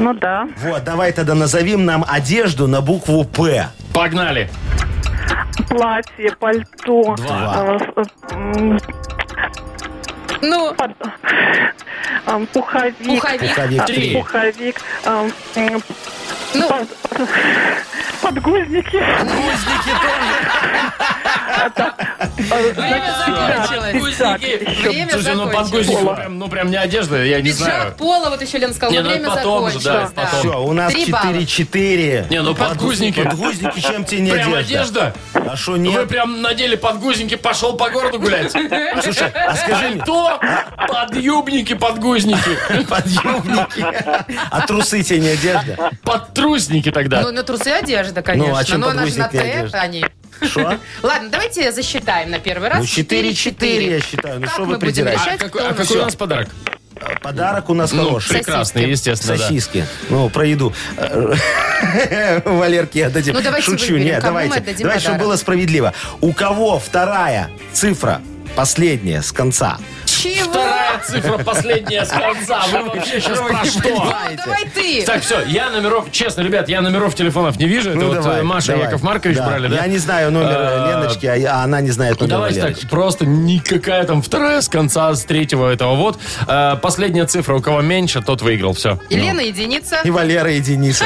Speaker 7: Ну да.
Speaker 4: Вот, давай тогда назовем нам одежду на букву «П».
Speaker 2: Погнали.
Speaker 7: Платье, пальто.
Speaker 4: Два.
Speaker 7: э, с- э, м,
Speaker 3: Ну,
Speaker 7: под- эм, Пуховик.
Speaker 3: пуховик.
Speaker 4: Пуховик
Speaker 7: А,
Speaker 4: три.
Speaker 2: Три.
Speaker 7: Пуховик. эм, м,
Speaker 3: Ну,
Speaker 7: под- Подгузники.
Speaker 3: время закончилось. Время
Speaker 2: Слушай, ну
Speaker 3: закончилось.
Speaker 2: подгузник, ну прям, ну, прям не одежда, я не знаю.
Speaker 3: Пиджак, поло, вот еще Лена сказала.
Speaker 2: Не,
Speaker 3: но
Speaker 2: ну,
Speaker 3: Время
Speaker 2: потом же, да,
Speaker 3: закончилось. да.
Speaker 2: потом.
Speaker 4: Все, у нас
Speaker 3: Три балла.
Speaker 4: 4-4.
Speaker 2: Не, ну, подгузники.
Speaker 4: Подгузники, чем тебе не
Speaker 2: Прям
Speaker 4: одежда?
Speaker 2: одежда?
Speaker 4: А что
Speaker 2: Вы
Speaker 4: нет?
Speaker 2: прям надели подгузники, пошел по городу гулять.
Speaker 4: Слушай, а скажи мне,
Speaker 2: Пальто, подъюбники, подгузники,
Speaker 4: подъемники, а трусы тебе не одежда?
Speaker 2: подтрусники
Speaker 3: Ну,
Speaker 2: тогда.
Speaker 3: на трусы одежда, конечно.
Speaker 4: Ну, а чем
Speaker 3: Но она же на
Speaker 4: подгузник не
Speaker 3: Т,
Speaker 4: одежда?
Speaker 3: они.
Speaker 4: Что?
Speaker 3: *laughs* Ладно, давайте засчитаем на первый раз.
Speaker 4: Ну, 4-4, я
Speaker 3: Четыре-четыре.
Speaker 4: считаю. Ну,
Speaker 3: Как
Speaker 4: что
Speaker 3: мы
Speaker 4: вы
Speaker 3: будем
Speaker 4: придираетесь?
Speaker 2: А
Speaker 3: решать,
Speaker 2: какой
Speaker 3: кто
Speaker 2: а
Speaker 3: у нас?
Speaker 2: какой у нас подарок?
Speaker 4: Подарок у нас
Speaker 2: Ну,
Speaker 4: хороший.
Speaker 2: прекрасный, естественно, да.
Speaker 4: Сосиски. Ну, про еду. *laughs* Валерке отдадим.
Speaker 3: Ну, давайте
Speaker 4: Шучу.
Speaker 3: выберем,
Speaker 4: Нет,
Speaker 3: кому мы
Speaker 4: давайте.
Speaker 3: отдадим
Speaker 4: Давайте, чтобы
Speaker 3: подарок.
Speaker 4: было справедливо. У кого вторая цифра, последняя, с конца?
Speaker 3: Чего?
Speaker 2: Вторая цифра, последняя с конца. Вы вообще сейчас про что?
Speaker 3: Ну, давай ты.
Speaker 2: Так, все, я номеров, честно, ребят, я номеров телефонов не вижу. Это
Speaker 4: Ну,
Speaker 2: вот
Speaker 4: давай,
Speaker 2: э, Маша и
Speaker 4: давай.
Speaker 2: Яков Маркович
Speaker 4: Да.
Speaker 2: брали, да?
Speaker 4: Я не знаю номер э, Леночки, а я- а она не знает
Speaker 2: Ну,
Speaker 4: номер
Speaker 2: давайте так,
Speaker 4: Леночки.
Speaker 2: просто никакая там вторая с конца, с третьего этого. Вот э, последняя цифра, у кого меньше, тот выиграл. Все.
Speaker 4: ну.
Speaker 3: Елена единица.
Speaker 4: И Валера,
Speaker 2: *laughs*
Speaker 4: и Дениса.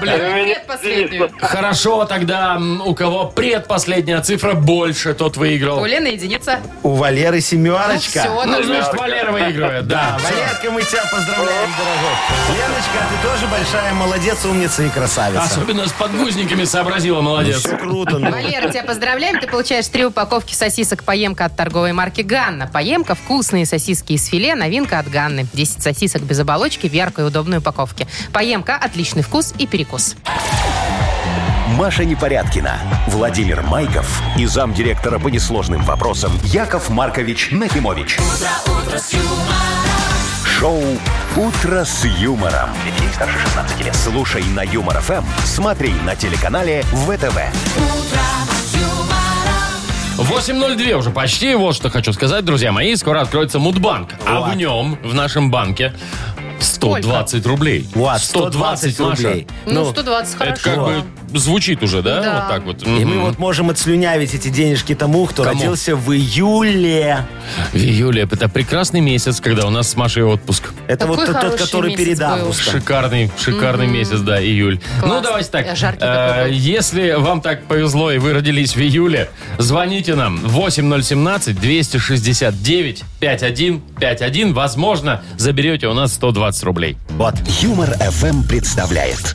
Speaker 3: Привет, последнюю.
Speaker 2: Хорошо, тогда м, у кого предпоследняя цифра больше, тот выиграл.
Speaker 3: У Лены единица.
Speaker 4: У Валеры
Speaker 3: Ну,
Speaker 4: семерочка.
Speaker 3: все,
Speaker 2: Ну,
Speaker 3: ну,
Speaker 2: значит, Валера выигрывает, да.
Speaker 4: Валерка, мы тебя поздравляем, дорогой. Леночка, ты тоже большая молодец, умница и красавица.
Speaker 2: Особенно с подгузниками сообразила, молодец.
Speaker 4: Все круто. ну.
Speaker 3: Валера, тебя поздравляем. Ты получаешь три упаковки сосисок «Поемка» от торговой марки «Ганна». «Поемка» – вкусные сосиски из филе, новинка от «Ганны». 10 сосисок без оболочки в яркой и удобной упаковке. «Поемка» – отличный вкус и перекус.
Speaker 1: Маша Непорядкина, Владимир Майков и замдиректора по несложным вопросам Яков Маркович Нахимович. Шоу Утро с юмором. Детей старше 16 лет. Слушай на юмор ФМ, смотри на телеканале ВТВ.
Speaker 2: 8.02 уже почти. Вот что хочу сказать, друзья мои. Скоро откроется Мудбанк. А в
Speaker 4: Вот.
Speaker 2: нем, в нашем банке, 120 рублей.
Speaker 4: Вот, 120
Speaker 2: Маша.
Speaker 4: рублей.
Speaker 3: Ну, 120,
Speaker 2: Это
Speaker 3: хорошо. А
Speaker 2: как бы звучит уже, да?
Speaker 3: Да.
Speaker 2: Вот так вот.
Speaker 4: И мы
Speaker 2: Мгм.
Speaker 4: вот можем отслюнявить эти денежки тому, кто
Speaker 2: Кому?
Speaker 4: родился в июле.
Speaker 2: В июле это прекрасный месяц, когда у нас с Машей отпуск.
Speaker 4: Это
Speaker 3: Такой
Speaker 4: вот тот- тот,
Speaker 3: хороший
Speaker 4: который
Speaker 3: месяц
Speaker 4: перед
Speaker 3: был.
Speaker 4: августом.
Speaker 2: Шикарный, шикарный месяц, да, июль.
Speaker 3: Класс.
Speaker 2: Ну, давайте так.
Speaker 3: Жаркий такой
Speaker 2: Э,
Speaker 3: был.
Speaker 2: если вам так повезло и вы родились в июле, звоните нам 8017-269-5151. Возможно, заберете у нас 120 рублей.
Speaker 4: Вот.
Speaker 1: Юмор ФМ представляет.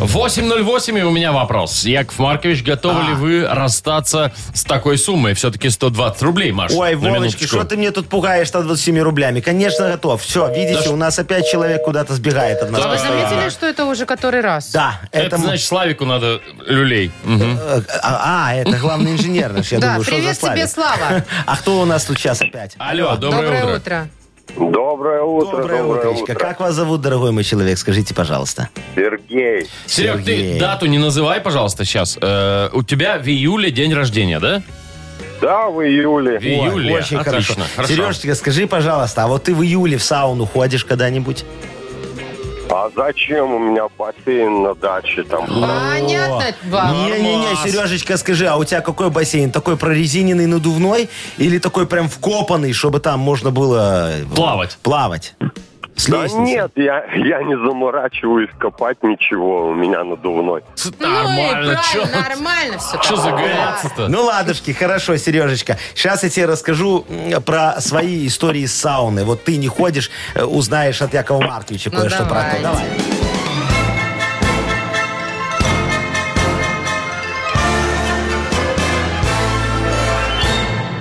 Speaker 2: 8.08, и у меня вопрос. Яков Маркович, готовы
Speaker 4: А.
Speaker 2: ли вы расстаться с такой суммой? Все-таки 120 рублей, Маш.
Speaker 4: Ой,
Speaker 2: на
Speaker 4: Вовочки,
Speaker 2: минуточку.
Speaker 4: что ты мне тут пугаешь 127 рублями?
Speaker 3: Ну.
Speaker 4: Конечно, готов. Все, видите, у нас опять человек куда-то сбегает от нас.
Speaker 3: А вы
Speaker 4: постоянно.
Speaker 3: заметили, что это уже который раз?
Speaker 4: Да,
Speaker 2: Это,
Speaker 4: это... м-
Speaker 2: значит, Славику надо люлей. Мгм.
Speaker 4: э, А, а, это главный инженер наш, я
Speaker 3: Да,
Speaker 4: думаю, что за
Speaker 3: привет тебе,
Speaker 4: Славик.
Speaker 3: Слава.
Speaker 4: *laughs* А кто у нас тут сейчас опять?
Speaker 2: Алло, доброе,
Speaker 3: Доброе
Speaker 2: утро.
Speaker 3: утро.
Speaker 6: Доброе утро, доброе,
Speaker 4: утречко.
Speaker 6: утро.
Speaker 4: Как вас зовут, дорогой мой человек? Скажите, пожалуйста.
Speaker 6: Сергей.
Speaker 2: Серег, ты
Speaker 4: Сергей.
Speaker 2: дату не называй, пожалуйста, сейчас. Э, у тебя в июле день рождения, да?
Speaker 6: Да, в
Speaker 2: В
Speaker 6: июле.
Speaker 4: Ой,
Speaker 2: июле.
Speaker 4: Очень
Speaker 2: Отлично.
Speaker 4: хорошо. Сережечка, скажи, пожалуйста, а вот ты в июле в сауну ходишь когда-нибудь?
Speaker 6: А зачем у меня бассейн на даче там?
Speaker 3: А, Понятно Ну вам.
Speaker 4: Не-не-не,
Speaker 2: Нормас.
Speaker 4: Сережечка, скажи, а у тебя какой бассейн? Такой прорезиненный надувной или такой прям вкопанный, чтобы там можно было... э,
Speaker 2: Плавать.
Speaker 4: Плавать. С
Speaker 6: Да
Speaker 4: лестницы.
Speaker 6: нет, я, я не заморачиваюсь копать ничего, у меня надувной.
Speaker 3: ну и
Speaker 2: Нормально.
Speaker 3: правильно,
Speaker 2: Че
Speaker 3: нормально все.
Speaker 2: че загоняться-то?
Speaker 4: Ну ладушки, хорошо, Сережечка. Сейчас я тебе расскажу м, про свои истории с сауны. Вот ты не ходишь, э, узнаешь от Якова Марковича
Speaker 3: Ну,
Speaker 4: кое-что про то.
Speaker 3: давайте.
Speaker 4: Давай.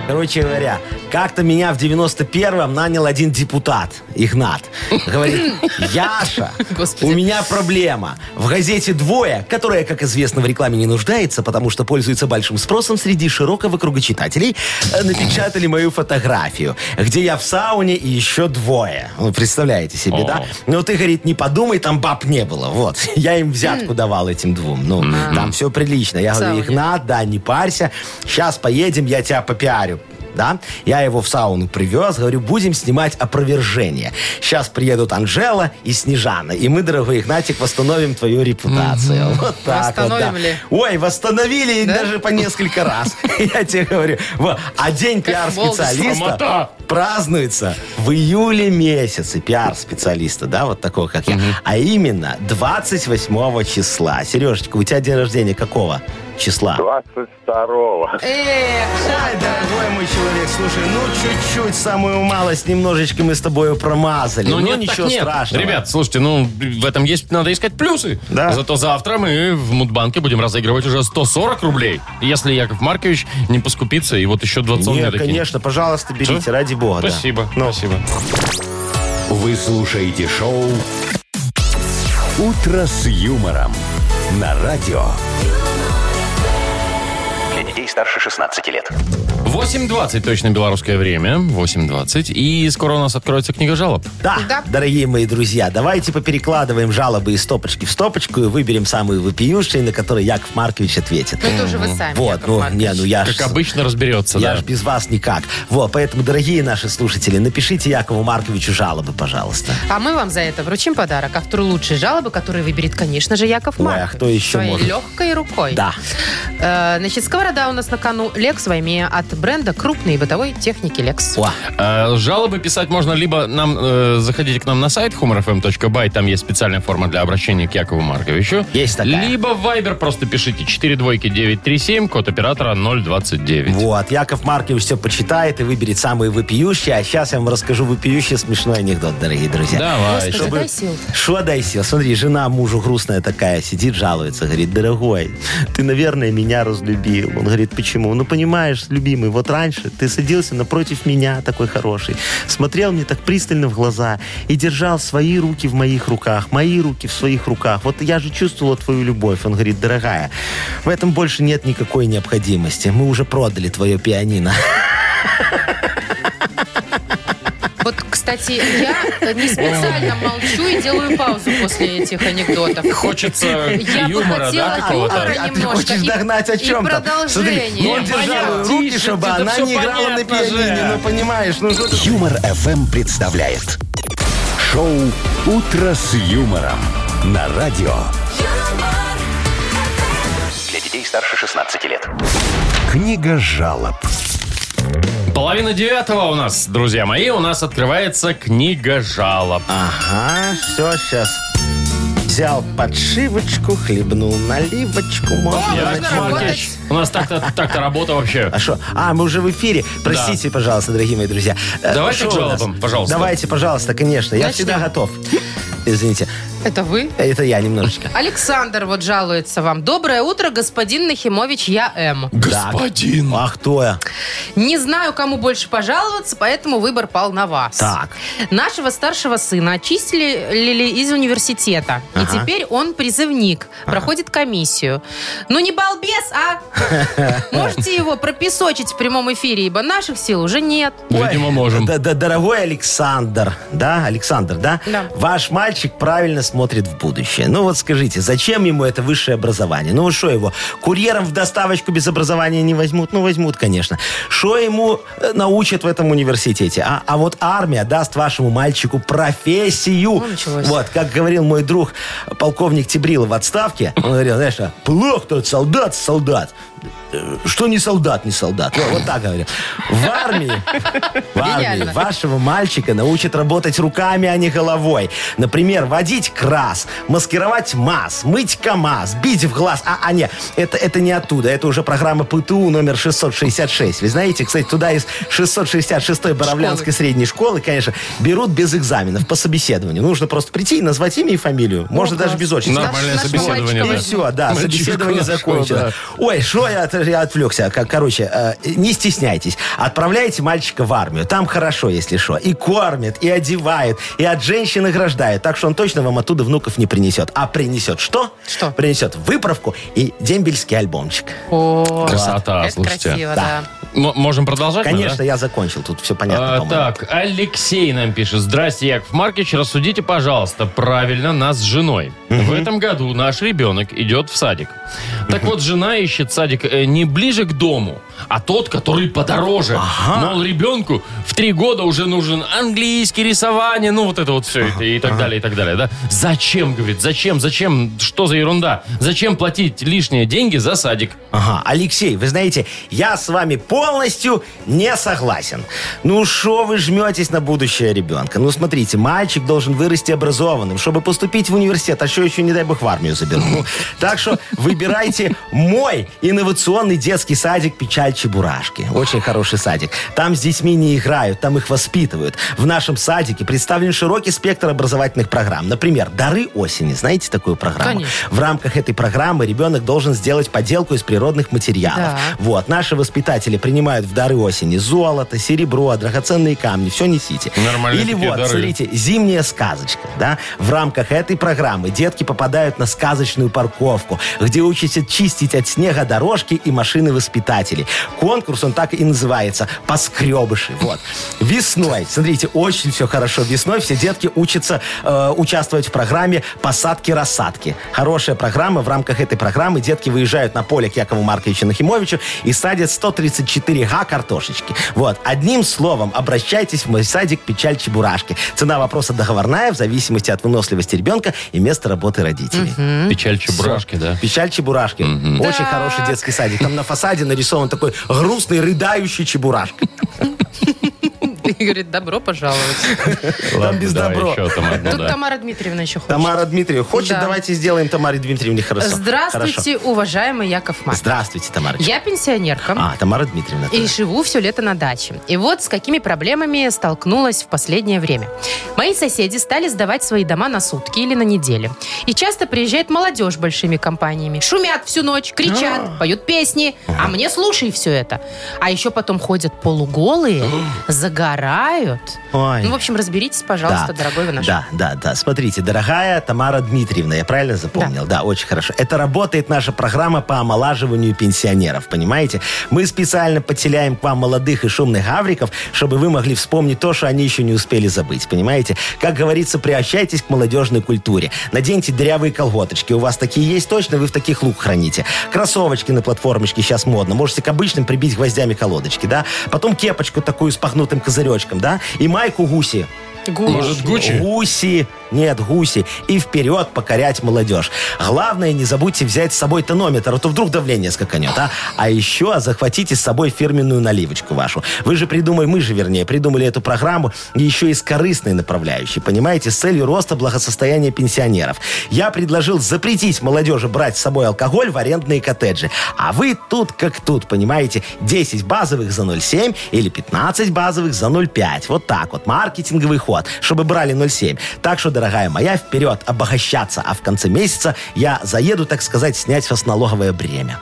Speaker 4: Короче говоря, как-то меня в 91-м нанял один депутат, Игнат. Говорит, Яша,
Speaker 3: Господи.
Speaker 4: у меня проблема. В газете «Двое», которая, как известно, в рекламе не нуждается, потому что пользуется большим спросом среди широкого круга читателей, э, напечатали мою фотографию, где я в сауне и еще двое. Ну, представляете себе,
Speaker 2: О.
Speaker 4: да? Ну, ты, говорит, не подумай, там баб не было. Вот. *laughs* Я им взятку давал этим двум. Ну, там все прилично. Я говорю,
Speaker 3: сауне.
Speaker 4: Игнат, да, не парься. Сейчас поедем, я тебя попиарю. Да? Я его в сауну привез, говорю, будем снимать опровержение. Сейчас приедут Анжела и Снежана, и мы, дорогой Игнатик, восстановим твою репутацию. Вот так вот, да.
Speaker 3: Восстановим ли?
Speaker 4: Ой, восстановили и
Speaker 3: Да?
Speaker 4: даже по несколько раз. *laughs* Я тебе говорю. Во. А день
Speaker 3: Как в Волге.
Speaker 4: пиар-специалиста
Speaker 2: Срамота.
Speaker 4: празднуется в июле месяце пиар-специалиста, да, вот такого, как я. А именно 28 числа. Сережечка, у тебя день рождения какого числа?
Speaker 6: 22-го.
Speaker 3: Эх,
Speaker 4: Ай, дорогой мой человек, слушай, ну чуть-чуть, самую малость, немножечко мы с тобою промазали.
Speaker 2: Ну,
Speaker 4: Ну,
Speaker 2: нет,
Speaker 4: ничего
Speaker 2: так нет.
Speaker 4: страшного.
Speaker 2: Ребят, слушайте, ну, в этом есть, надо искать плюсы.
Speaker 4: Да.
Speaker 2: Зато завтра мы в Мудбанке будем разыгрывать уже 140 рублей. Если Яков Маркович не поскупится, и вот еще 20 мне
Speaker 4: Нет,
Speaker 2: докинет.
Speaker 4: конечно, пожалуйста, берите,
Speaker 2: Что?
Speaker 4: ради бога. да.
Speaker 2: Спасибо,
Speaker 4: Ну.
Speaker 2: спасибо.
Speaker 1: Вы слушаете шоу «Утро с юмором» на радио.
Speaker 5: Для детей старше 16 лет.
Speaker 2: 8.20 точно белорусское время. 8.20. И скоро у нас откроется книга жалоб.
Speaker 4: Да,
Speaker 3: Да.
Speaker 4: дорогие мои друзья, давайте поперекладываем жалобы из стопочки в стопочку и выберем самые вопиющие, на которые Яков Маркович ответит.
Speaker 3: ну это уже вы сами.
Speaker 4: Вот,
Speaker 3: Яков
Speaker 4: ну,
Speaker 3: Маркович.
Speaker 4: не, ну я
Speaker 2: Как
Speaker 4: ж...
Speaker 2: обычно разберется,
Speaker 4: Я
Speaker 2: да.
Speaker 4: ж без вас никак. Вот, поэтому, дорогие наши слушатели, напишите Якову Марковичу жалобы, пожалуйста.
Speaker 3: А мы вам за это вручим подарок. Автору лучшей жалобы, который выберет, конечно же, Яков
Speaker 4: Ой, а
Speaker 3: Маркович.
Speaker 4: кто еще
Speaker 3: Своей
Speaker 4: может?
Speaker 3: легкой рукой.
Speaker 4: Да.
Speaker 3: Э, значит, сковорода у нас на кону Лекс Ваймея от бренда крупной бытовой техники Лекс.
Speaker 4: О,
Speaker 2: А, Жалобы писать можно либо нам э, заходите к нам на сайт humorfm.by, там есть специальная форма для обращения к Якову Марковичу.
Speaker 4: Есть такая.
Speaker 2: Либо в Viber просто пишите 4 двойки 937, код оператора 029.
Speaker 4: Вот, Яков Маркович все почитает и выберет самые вопиющие. А сейчас я вам расскажу вопиющий смешной анекдот, дорогие друзья.
Speaker 2: Давай.
Speaker 3: Господи, дай сил.
Speaker 4: Что дай сил? Смотри, жена мужу грустная такая сидит, жалуется, говорит, дорогой, ты, наверное, меня разлюбил. Он говорит, почему? Ну, понимаешь, любимый, вот раньше ты садился напротив меня, такой хороший, смотрел мне так пристально в глаза и держал свои руки в моих руках, мои руки в своих руках. Вот я же чувствовала твою любовь. Он говорит, дорогая, в этом больше нет никакой необходимости. Мы уже продали твое пианино.
Speaker 3: Вот, кстати, я э, не специально молчу и делаю паузу после этих анекдотов.
Speaker 2: Хочется
Speaker 3: Я бы
Speaker 2: юмора, да,
Speaker 3: хотела
Speaker 2: какого-то.
Speaker 3: юмора
Speaker 4: А ты
Speaker 3: немножко.
Speaker 4: хочешь
Speaker 3: и-
Speaker 4: догнать о
Speaker 3: и
Speaker 4: чем там?
Speaker 3: продолжение.
Speaker 4: Смотри, он
Speaker 2: Ну,
Speaker 4: держал
Speaker 2: понятно.
Speaker 4: руки,
Speaker 2: Тише,
Speaker 4: чтобы
Speaker 2: тише,
Speaker 4: она
Speaker 2: всё
Speaker 4: не играла на
Speaker 2: понятно же.
Speaker 4: пианине. Ну, понимаешь, ну что ты...
Speaker 1: Юмор FM представляет шоу Утро с юмором на радио.
Speaker 5: Для детей старше 16 лет.
Speaker 1: Книга жалоб.
Speaker 2: Половина девятого у нас, друзья мои, у нас открывается книга жалоб.
Speaker 4: Ага, все, сейчас. Взял подшивочку, хлебнул наливочку. Можно
Speaker 2: Яков
Speaker 4: начинать.
Speaker 2: Маркович, У нас так-то так-то работа вообще.
Speaker 4: А что? А, мы уже в эфире. Простите, пожалуйста, дорогие мои друзья. Э,
Speaker 2: Давайте
Speaker 4: шо
Speaker 2: к
Speaker 4: у нас?
Speaker 2: жалобам, пожалуйста.
Speaker 4: Давайте, пожалуйста, конечно. Я
Speaker 3: Начнем.
Speaker 4: всегда готов. Извините,
Speaker 3: Это вы?
Speaker 4: *laughs* это я немножечко.
Speaker 3: Александр вот жалуется вам. Доброе утро, господин Нахимович, я М.
Speaker 2: Господин.
Speaker 4: А кто я?
Speaker 3: Не знаю, кому больше пожаловаться, поэтому выбор пал на вас.
Speaker 4: Так.
Speaker 3: Нашего старшего сына очистили из университета. И теперь он призывник, проходит комиссию. Ну не балбес, а! Можете его пропесочить в прямом эфире, ибо наших сил уже нет.
Speaker 2: Видимо, можем.
Speaker 4: Да, да, дорогой Александр, да, Александр, да?
Speaker 3: Да.
Speaker 4: Ваш мальчик правильно смотрит в будущее. Ну вот скажите, зачем ему это высшее образование? Ну что его, курьером в доставочку без образования не возьмут? Ну возьмут, конечно. Что ему э, научат в этом университете? А, а вот армия даст вашему мальчику профессию.
Speaker 3: Ну, началось.
Speaker 4: Вот, как говорил мой друг, полковник Тибрилов в отставке, он говорил, знаешь, а, плох тот солдат, солдат. Э, Что не солдат, не солдат. Вот, вот так говорил. В армии в армии
Speaker 3: Гениально.
Speaker 4: вашего мальчика научат работать руками, а не головой. Например, водить крас, маскировать масс, мыть КАМАЗ, бить в глаз. А, а не, это, это не оттуда. Это уже программа ПТУ номер 666. Вы знаете, кстати, туда из 666-й Боровлянской средней школы, конечно, берут без экзаменов по собеседованию. Нужно просто прийти и назвать имя и фамилию. Можно даже без очереди.
Speaker 2: Нормальное
Speaker 3: Наш- наш
Speaker 2: собеседование,
Speaker 3: мальчик
Speaker 2: да.
Speaker 4: И все, Ну да,
Speaker 2: Мальчик
Speaker 4: собеседование
Speaker 2: класс,
Speaker 4: закончено.
Speaker 2: да.
Speaker 4: Ой, что я, от- я отвлекся. Как, короче, э, не стесняйтесь. Отправляйте мальчика в армию. Там хорошо, если что. И кормят, и одевают, и от женщин ограждают. Так что он точно вам оттуда внуков не принесет. А принесет что?
Speaker 3: Что?
Speaker 4: Принесет выправку и дембельский альбомчик.
Speaker 3: О,
Speaker 2: Красота,
Speaker 3: это
Speaker 2: слушайте.
Speaker 3: красиво, да.
Speaker 2: М- Можем продолжать? да,
Speaker 4: Конечно,
Speaker 2: Ну да?
Speaker 4: я закончил. Тут все понятно,
Speaker 2: А,
Speaker 4: по-моему.
Speaker 2: так, Алексей нам пишет. Здрасте, Яков Маркич, рассудите, пожалуйста, правильно нас с женой. В этом году наш ребенок идет в садик. Так вот, жена ищет садик э, не ближе к дому, а тот, который подороже. Мол, ребенку в три года уже нужен английский, рисование, ну вот это вот все это и так далее, и так далее. Да? Зачем, говорит, зачем, зачем, что за ерунда? Зачем платить лишние деньги за садик?
Speaker 4: Ага, Алексей, вы знаете, я с вами полностью не согласен. Ну что вы жметесь на будущее ребенка? Ну смотрите, мальчик должен вырасти образованным, чтобы поступить в университет, а что еще, не дай бог, в армию заберут. Ну, Так что выбирайте мой инновационный детский садик «Печаль Чебурашки». Очень хороший садик. Там с детьми не играют, там их воспитывают. В нашем садике представлен широкий спектр образовательных программ. Например, «Дары осени». Знаете такую программу?
Speaker 3: Конечно.
Speaker 4: В рамках этой программы ребенок должен сделать поделку из природных материалов.
Speaker 3: Да.
Speaker 4: Вот, наши воспитатели принимают в дары осени золото, серебро, драгоценные камни, все несите.
Speaker 2: Нормальные
Speaker 4: Или
Speaker 2: такие
Speaker 4: вот,
Speaker 2: дары.
Speaker 4: смотрите, зимняя сказочка, да? В рамках этой программы детки попадают на сказочную парковку, где учатся чистить от снега дорожки и машины воспитателей. Конкурс, он так и называется, поскребыши, вот. Весной, смотрите, очень все хорошо. Весной все детки учатся э, участвовать в программе «Посадки-рассадки». Хорошая программа. В рамках этой программы детки выезжают на поле к Якову Марковичу Нахимовичу и садят 134 га картошечки. Вот. Одним словом, обращайтесь в мой садик «Печаль Чебурашки». Цена вопроса договорная в зависимости от выносливости ребенка и места работы родителей.
Speaker 2: Печаль чебурашки, да?
Speaker 4: «Печаль Чебурашки». Очень хороший детский садик. Там на фасаде нарисован такой грустный, рыдающий Чебурашка.
Speaker 3: *laughs* И говорит, добро пожаловать.
Speaker 4: Там без
Speaker 2: давай
Speaker 4: добро.
Speaker 2: еще там одну,
Speaker 3: Тут
Speaker 2: Ну да.
Speaker 3: Тамара Дмитриевна еще хочет.
Speaker 4: Тамара Дмитриевна хочет,
Speaker 3: Да.
Speaker 4: давайте сделаем Тамаре Дмитриевне хорошо. Хорошо.
Speaker 3: Здравствуйте, уважаемый Яков Марк.
Speaker 4: Здравствуйте, Тамара.
Speaker 3: Я пенсионерка.
Speaker 4: А, Тамара Дмитриевна.
Speaker 3: И
Speaker 4: да.
Speaker 3: живу все лето на даче. И вот с какими проблемами столкнулась в последнее время. Мои соседи стали сдавать свои дома на сутки или на неделю. И часто приезжает молодежь большими компаниями. Шумят всю ночь, кричат, поют песни. А мне слушай все это. А еще потом ходят полуголые, загорают.
Speaker 4: А. Ой.
Speaker 3: Ну, в общем, разберитесь, пожалуйста, дорогой вы наш.
Speaker 4: Да, да, да. Смотрите, дорогая Тамара Дмитриевна, я правильно запомнил? Да. очень хорошо. Это работает наша программа по омолаживанию пенсионеров, понимаете? Мы специально подселяем к вам молодых и шумных гавриков, чтобы вы могли вспомнить то, что они еще не успели забыть, понимаете? Как говорится, приобщайтесь к молодежной культуре. Наденьте дырявые колготочки. У вас такие есть точно, вы в таких лук храните. Кроссовочки на платформочке сейчас модно. Можете к обычным прибить гвоздями колодочки, да? Потом кепочку такую с пахнутым козыречком, да? И майку гуси.
Speaker 2: Может, Гуччи?
Speaker 4: Гуси. Нет, гуси. И вперед покорять молодежь. Главное, не забудьте взять с собой тонометр, а то вдруг давление скаканет, а? А еще захватите с собой фирменную наливочку вашу. Вы же придумали, мы же, вернее, придумали эту программу еще и с корыстной направляющей, понимаете, с целью роста благосостояния пенсионеров. Я предложил запретить молодежи брать с собой алкоголь в арендные коттеджи. А вы тут как тут, понимаете, 10 базовых за 0,7 или 15 базовых за 0,5. Вот так вот, маркетинговый ход, чтобы брали 0,7. Так что, дорогая дорогая моя, вперед обогащаться, а в конце месяца я заеду, так сказать, снять с вас налоговое бремя.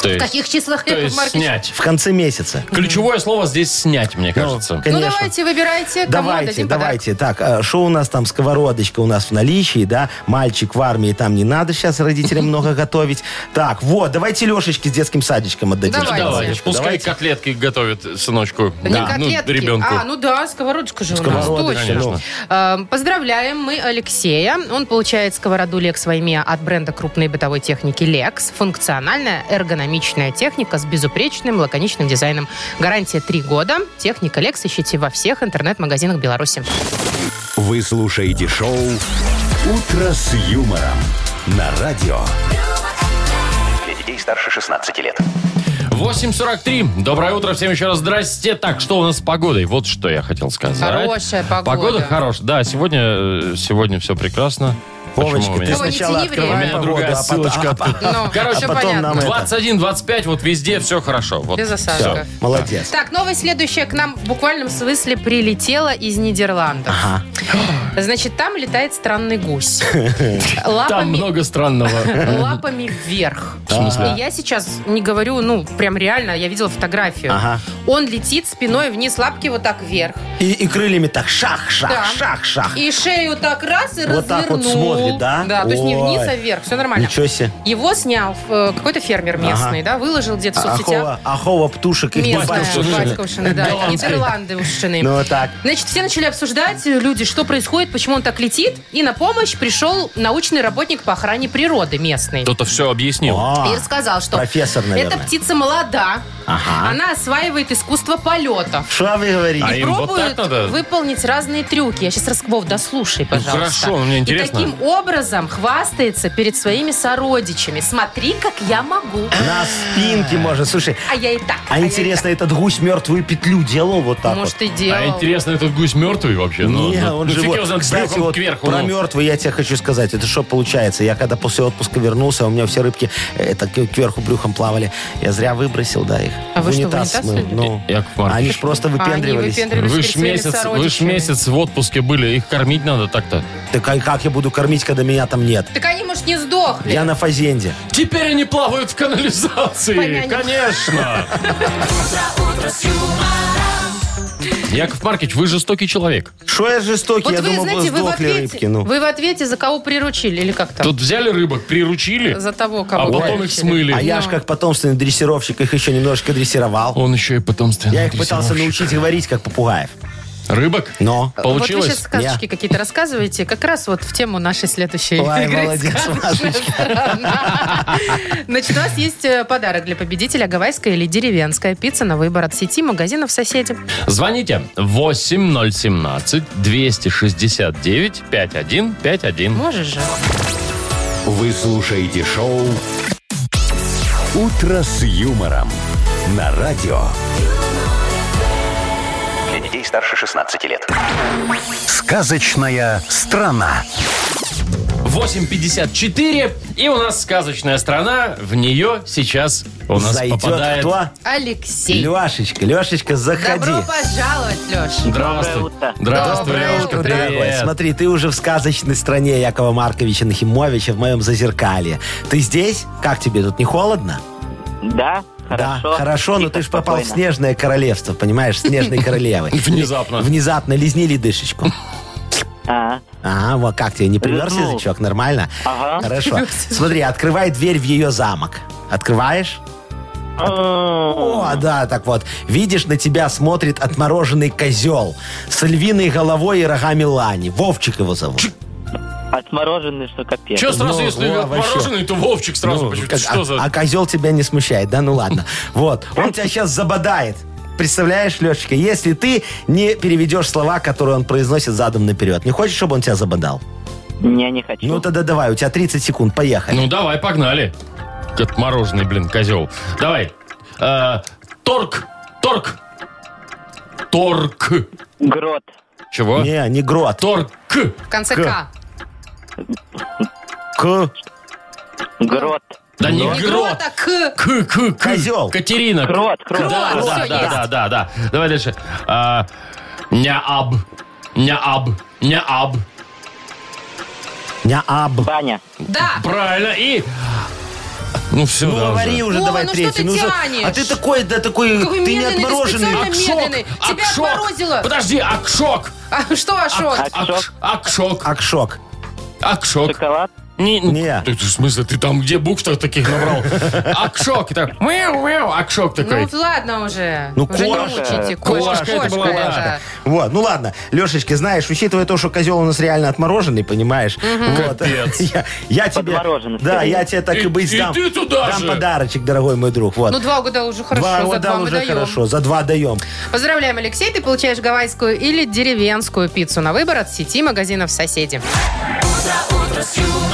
Speaker 2: То
Speaker 3: В
Speaker 2: есть,
Speaker 3: каких числах,
Speaker 2: то
Speaker 3: Яков
Speaker 2: есть
Speaker 3: Маркович?
Speaker 2: снять.
Speaker 4: В конце месяца.
Speaker 2: Ключевое слово здесь снять, мне
Speaker 4: Ну,
Speaker 2: кажется.
Speaker 3: Ну,
Speaker 4: конечно.
Speaker 3: давайте, выбирайте, кому
Speaker 4: Давайте,
Speaker 3: дадим
Speaker 4: давайте. Так, что у нас там? Сковородочка у нас в наличии, да? Мальчик в армии, там не надо
Speaker 3: *laughs*
Speaker 4: сейчас родителям много готовить. Так, вот, давайте Лешечке с детским садичком отдадим.
Speaker 3: Давайте.
Speaker 2: Давайте.
Speaker 4: Лешечку,
Speaker 2: Пускай
Speaker 4: давайте.
Speaker 2: котлетки готовит сыночку.
Speaker 3: подарок.
Speaker 2: Да.
Speaker 3: Не котлетки.
Speaker 2: Ну, ребенку.
Speaker 3: А, ну да, сковородочка же у нас,
Speaker 4: Сковородочка,
Speaker 3: точно.
Speaker 2: ну.
Speaker 3: Э, Поздравляем мы Алексея. Он получает сковороду Lex Ваймия от бренда крупной бытовой техники Lex. Функциональная эргономичная техника с безупречным лаконичным дизайном. Гарантия 3 года. Техника Lex ищите во всех интернет-магазинах Беларуси.
Speaker 1: Вы слушаете шоу «Утро с юмором» на радио.
Speaker 5: Для детей старше 16 лет.
Speaker 2: 8.43. Доброе утро всем еще раз. Здрасте. Так, что у нас с погодой? Вот что я хотел сказать.
Speaker 3: Хорошая погода.
Speaker 2: Погода хорошая. Да, сегодня, э, сегодня все прекрасно. Почему
Speaker 4: Вовочка,
Speaker 2: у меня?
Speaker 4: ты
Speaker 3: Ну, не
Speaker 4: сначала
Speaker 3: тяни
Speaker 2: У
Speaker 3: время.
Speaker 4: открывай
Speaker 2: меня другая
Speaker 4: погоду, а потом-
Speaker 2: ссылочка
Speaker 4: а *laughs*
Speaker 2: открыта.
Speaker 3: Ну,
Speaker 2: Короче,
Speaker 3: всё
Speaker 4: потом
Speaker 3: понятно.
Speaker 4: нам это-
Speaker 2: 21-25, вот везде все хорошо. Вот.
Speaker 3: Без осадков.
Speaker 2: Всё.
Speaker 4: Молодец.
Speaker 3: Так, новость следующая к нам в буквальном смысле прилетела из Нидерландов.
Speaker 4: Ага.
Speaker 3: Значит, там летает странный
Speaker 4: *laughs*
Speaker 3: гусь.
Speaker 2: Там
Speaker 3: Лапами,
Speaker 2: много
Speaker 3: *laughs*
Speaker 2: странного.
Speaker 3: лапами вверх.
Speaker 2: В смысле?
Speaker 3: И я сейчас не говорю, ну, прям реально, я видела фотографию.
Speaker 4: Ага.
Speaker 3: Он летит спиной вниз, лапки вот так вверх.
Speaker 4: И, и крыльями так шах-шах,
Speaker 3: Да.
Speaker 4: шах-шах.
Speaker 3: И шею так раз и
Speaker 4: Вот
Speaker 3: развернул.
Speaker 4: так вот смотрит, да?
Speaker 3: Да, то есть не
Speaker 4: Ой.
Speaker 3: вниз, а вверх. Все нормально.
Speaker 4: Ничего себе.
Speaker 3: Его снял э, какой-то фермер местный, да, выложил где-то в
Speaker 4: А
Speaker 3: соцсетях.
Speaker 4: Ахова, ахова птушек и
Speaker 3: Местная,
Speaker 4: батюшек.
Speaker 3: Батькушина, да, Нидерланды ушины.
Speaker 4: Ну, вот так.
Speaker 3: Значит, все начали обсуждать, э, люди, что происходит, почему он так летит. И на помощь пришел научный работник по охране природы местный.
Speaker 2: Кто-то все объяснил.
Speaker 4: А,
Speaker 3: И рассказал, что
Speaker 4: профессор,
Speaker 3: эта
Speaker 4: наверное. А?
Speaker 3: птица молода,
Speaker 4: Ага.
Speaker 3: она осваивает искусство полета.
Speaker 4: Что вы говорите?
Speaker 2: А им вот
Speaker 3: Пробует
Speaker 2: так надо?
Speaker 3: выполнить разные трюки. Я сейчас Расквов дослушай, пожалуйста.
Speaker 2: хорошо, ну, мне интересно.
Speaker 3: И таким образом хвастается перед своими сородичами. Смотри, как я могу.
Speaker 4: На спинке можно. Слушай,
Speaker 3: А я и так.
Speaker 4: а
Speaker 3: я и
Speaker 4: интересно, этот гусь мертвую петлю делал вот
Speaker 3: так.
Speaker 4: так вот?
Speaker 3: Может, и делал.
Speaker 2: А интересно, этот гусь мертвый вообще? Ну,
Speaker 4: Не,
Speaker 2: ну,
Speaker 4: он
Speaker 2: ну, фиг
Speaker 4: живой.
Speaker 2: его знает, с
Speaker 4: Кстати,
Speaker 2: брюхом
Speaker 4: вот
Speaker 2: кверху,
Speaker 4: про
Speaker 2: ну.
Speaker 4: мертвый я тебе хочу сказать. Это что получается? Я когда после отпуска вернулся, у меня все рыбки э, так кверху брюхом плавали. Я зря выбросил, да, их.
Speaker 3: А вы
Speaker 4: в
Speaker 3: что, в
Speaker 4: унитаз
Speaker 3: унитаз
Speaker 4: смыл.
Speaker 3: садили?
Speaker 4: Ну,
Speaker 2: Я- Яков Маркович.
Speaker 4: они ж просто
Speaker 3: А, они
Speaker 4: выпендривались.
Speaker 3: выпендривались
Speaker 2: Вы ж
Speaker 3: перед своими
Speaker 2: месяц, вы ж
Speaker 3: сородичами.
Speaker 2: месяц в отпуске были, их кормить надо так-то.
Speaker 4: Так а как я буду кормить, когда меня там нет?
Speaker 3: Так они, может, не сдохли.
Speaker 4: Я на фазенде.
Speaker 2: Теперь они плавают в канализации,
Speaker 3: Помянем.
Speaker 2: конечно. Яков Маркич, вы жестокий человек.
Speaker 4: Что я жестокий?
Speaker 3: Вот
Speaker 4: я
Speaker 3: вы,
Speaker 4: думал,
Speaker 3: знаете, вы в,
Speaker 4: сдохли
Speaker 3: ответе,
Speaker 4: рыбки. Ну.
Speaker 3: вы в ответе за кого приручили или как там?
Speaker 2: Тут взяли рыбок, приручили,
Speaker 3: За того, кого
Speaker 2: а потом
Speaker 3: приручили.
Speaker 2: их смыли.
Speaker 4: А
Speaker 3: Ну.
Speaker 4: я ж как потомственный дрессировщик их еще немножко дрессировал.
Speaker 2: Он еще и потомственный
Speaker 4: Я их пытался
Speaker 2: дрессировщик.
Speaker 4: научить А говорить, как попугаев.
Speaker 2: Рыбок?
Speaker 4: Но.
Speaker 3: Вот вы
Speaker 2: Получилось?
Speaker 3: сейчас сказочки какие-то рассказываете, как раз вот в тему нашей следующей
Speaker 4: Ой,
Speaker 3: игры.
Speaker 4: молодец, Машечка.
Speaker 3: Значит, у нас есть э, подарок для победителя. Гавайская или деревенская пицца на выбор от сети магазинов соседи.
Speaker 2: Звоните 8017-269-5151.
Speaker 3: Можешь же.
Speaker 1: Вы слушаете шоу «Утро с юмором» на радио.
Speaker 5: Для детей старше 16 лет.
Speaker 1: Сказочная страна.
Speaker 2: 8.54. И у нас сказочная страна. В нее сейчас у нас
Speaker 4: Зайдет
Speaker 2: попадает...
Speaker 4: кто?
Speaker 3: Алексей.
Speaker 4: Лешечка, Лешечка, заходи.
Speaker 3: Добро пожаловать, Леш.
Speaker 2: Здравствуй. Здравствуй,
Speaker 3: Доброе
Speaker 2: Лёшка,
Speaker 3: утро,
Speaker 2: привет.
Speaker 4: дорогой. Смотри, ты уже в сказочной стране Якова Марковича Нахимовича в моем зазеркалье. Ты здесь? Как тебе тут не холодно?
Speaker 8: Да, хорошо.
Speaker 4: да, хорошо, но
Speaker 8: Тихо,
Speaker 4: ты же попал в
Speaker 8: спокойно.
Speaker 4: снежное королевство, понимаешь, снежной королевы.
Speaker 2: *laughs* Внезапно.
Speaker 4: Внезапно лизни ледышечку.
Speaker 8: А,
Speaker 4: А, вот как тебе, не приверз
Speaker 8: Лизнул.
Speaker 4: язычок, нормально?
Speaker 8: ага.
Speaker 4: Хорошо. Смотри, открывай дверь в ее замок. Открываешь?
Speaker 6: А,
Speaker 4: О, да, так вот. Видишь, на тебя смотрит отмороженный козел с львиной головой и рогами лани. Вовчик его зовут.
Speaker 8: Отмороженный, что капец.
Speaker 2: Че сразу,
Speaker 4: Ну,
Speaker 2: если
Speaker 4: ну, а вообще.
Speaker 2: мороженый, то Вовчик сразу.
Speaker 4: Ну,
Speaker 2: почему-
Speaker 4: как-
Speaker 2: что
Speaker 4: а,
Speaker 2: за...
Speaker 4: а козел тебя не смущает, да? Ну
Speaker 2: *laughs*
Speaker 4: ладно. Вот. Он тебя сейчас забодает. Представляешь, Лешечка, если ты не переведешь слова, которые он произносит задом наперед. Не хочешь, чтобы он тебя забодал?
Speaker 8: Не, не хочу.
Speaker 4: Ну тогда давай, у тебя 30 секунд, поехали.
Speaker 2: Ну давай, погнали. Как мороженый, блин, козел. Давай. Э, торг. Торг. Торг.
Speaker 8: Грот.
Speaker 2: Чего?
Speaker 4: Не, не грот.
Speaker 2: Торг.
Speaker 3: В конце К.
Speaker 4: К.
Speaker 8: Грот.
Speaker 2: Да
Speaker 4: Ну.
Speaker 2: не
Speaker 3: Не
Speaker 2: грот.
Speaker 3: грота, К.
Speaker 2: К, к, к.
Speaker 4: Козел.
Speaker 2: Катерина.
Speaker 8: Крот, крот.
Speaker 2: Да,
Speaker 3: Крот,
Speaker 2: да,
Speaker 3: всё
Speaker 2: да,
Speaker 3: есть.
Speaker 2: да, да, да. Давай дальше. А, Няаб. Ня-аб. Ня-аб. Ну,
Speaker 4: Ня-аб.
Speaker 8: Баня.
Speaker 3: Да.
Speaker 2: Правильно. И... Ну все,
Speaker 4: Ну,
Speaker 2: да уже.
Speaker 4: говори уже,
Speaker 3: Вова,
Speaker 4: давай
Speaker 3: ну что
Speaker 4: третий.
Speaker 3: ты
Speaker 4: за-
Speaker 3: тянешь?
Speaker 4: А ты такой, да такой,
Speaker 3: Какой
Speaker 4: ты не
Speaker 3: медленный, ты
Speaker 4: отмороженный.
Speaker 3: специально
Speaker 2: Акшок,
Speaker 3: медленный. Тебя
Speaker 2: акшок.
Speaker 3: отморозило.
Speaker 2: Подожди, акшок.
Speaker 3: А что, Ашот?
Speaker 8: а- Акшок.
Speaker 2: Акш- Акшок.
Speaker 4: Акшок.
Speaker 2: Акшок.
Speaker 8: Шоколад.
Speaker 2: Не, ну,
Speaker 4: Не.
Speaker 2: Ты, ты в смысле, ты там где букв-то таких
Speaker 4: *laughs*
Speaker 2: набрал? Акшок. и так, мяу, мяу, Акшок такой.
Speaker 3: Ну ладно уже.
Speaker 4: Ну,
Speaker 3: уже
Speaker 4: кошка.
Speaker 3: не мучайте.
Speaker 2: Кошка это была, да.
Speaker 3: это.
Speaker 4: Вот, ну ладно, Лешечки, знаешь, учитывая то, что козел у нас реально отмороженный, понимаешь? Вот,
Speaker 2: Капец.
Speaker 4: *laughs* Я, я тебе,
Speaker 8: Подмороженный,
Speaker 4: да,
Speaker 8: скорее.
Speaker 4: я тебе так и,
Speaker 2: И-
Speaker 4: быть
Speaker 2: и
Speaker 4: дам,
Speaker 2: ты туда
Speaker 4: дам
Speaker 2: же.
Speaker 4: подарочек, дорогой мой друг. Вот.
Speaker 3: Ну, два года уже хорошо,
Speaker 4: два
Speaker 3: за
Speaker 4: года
Speaker 3: два мы
Speaker 4: уже
Speaker 3: даем.
Speaker 4: хорошо, за два даем.
Speaker 3: Поздравляем, Алексей, ты получаешь гавайскую или деревенскую пиццу на выбор от сети магазинов «Соседи».
Speaker 9: А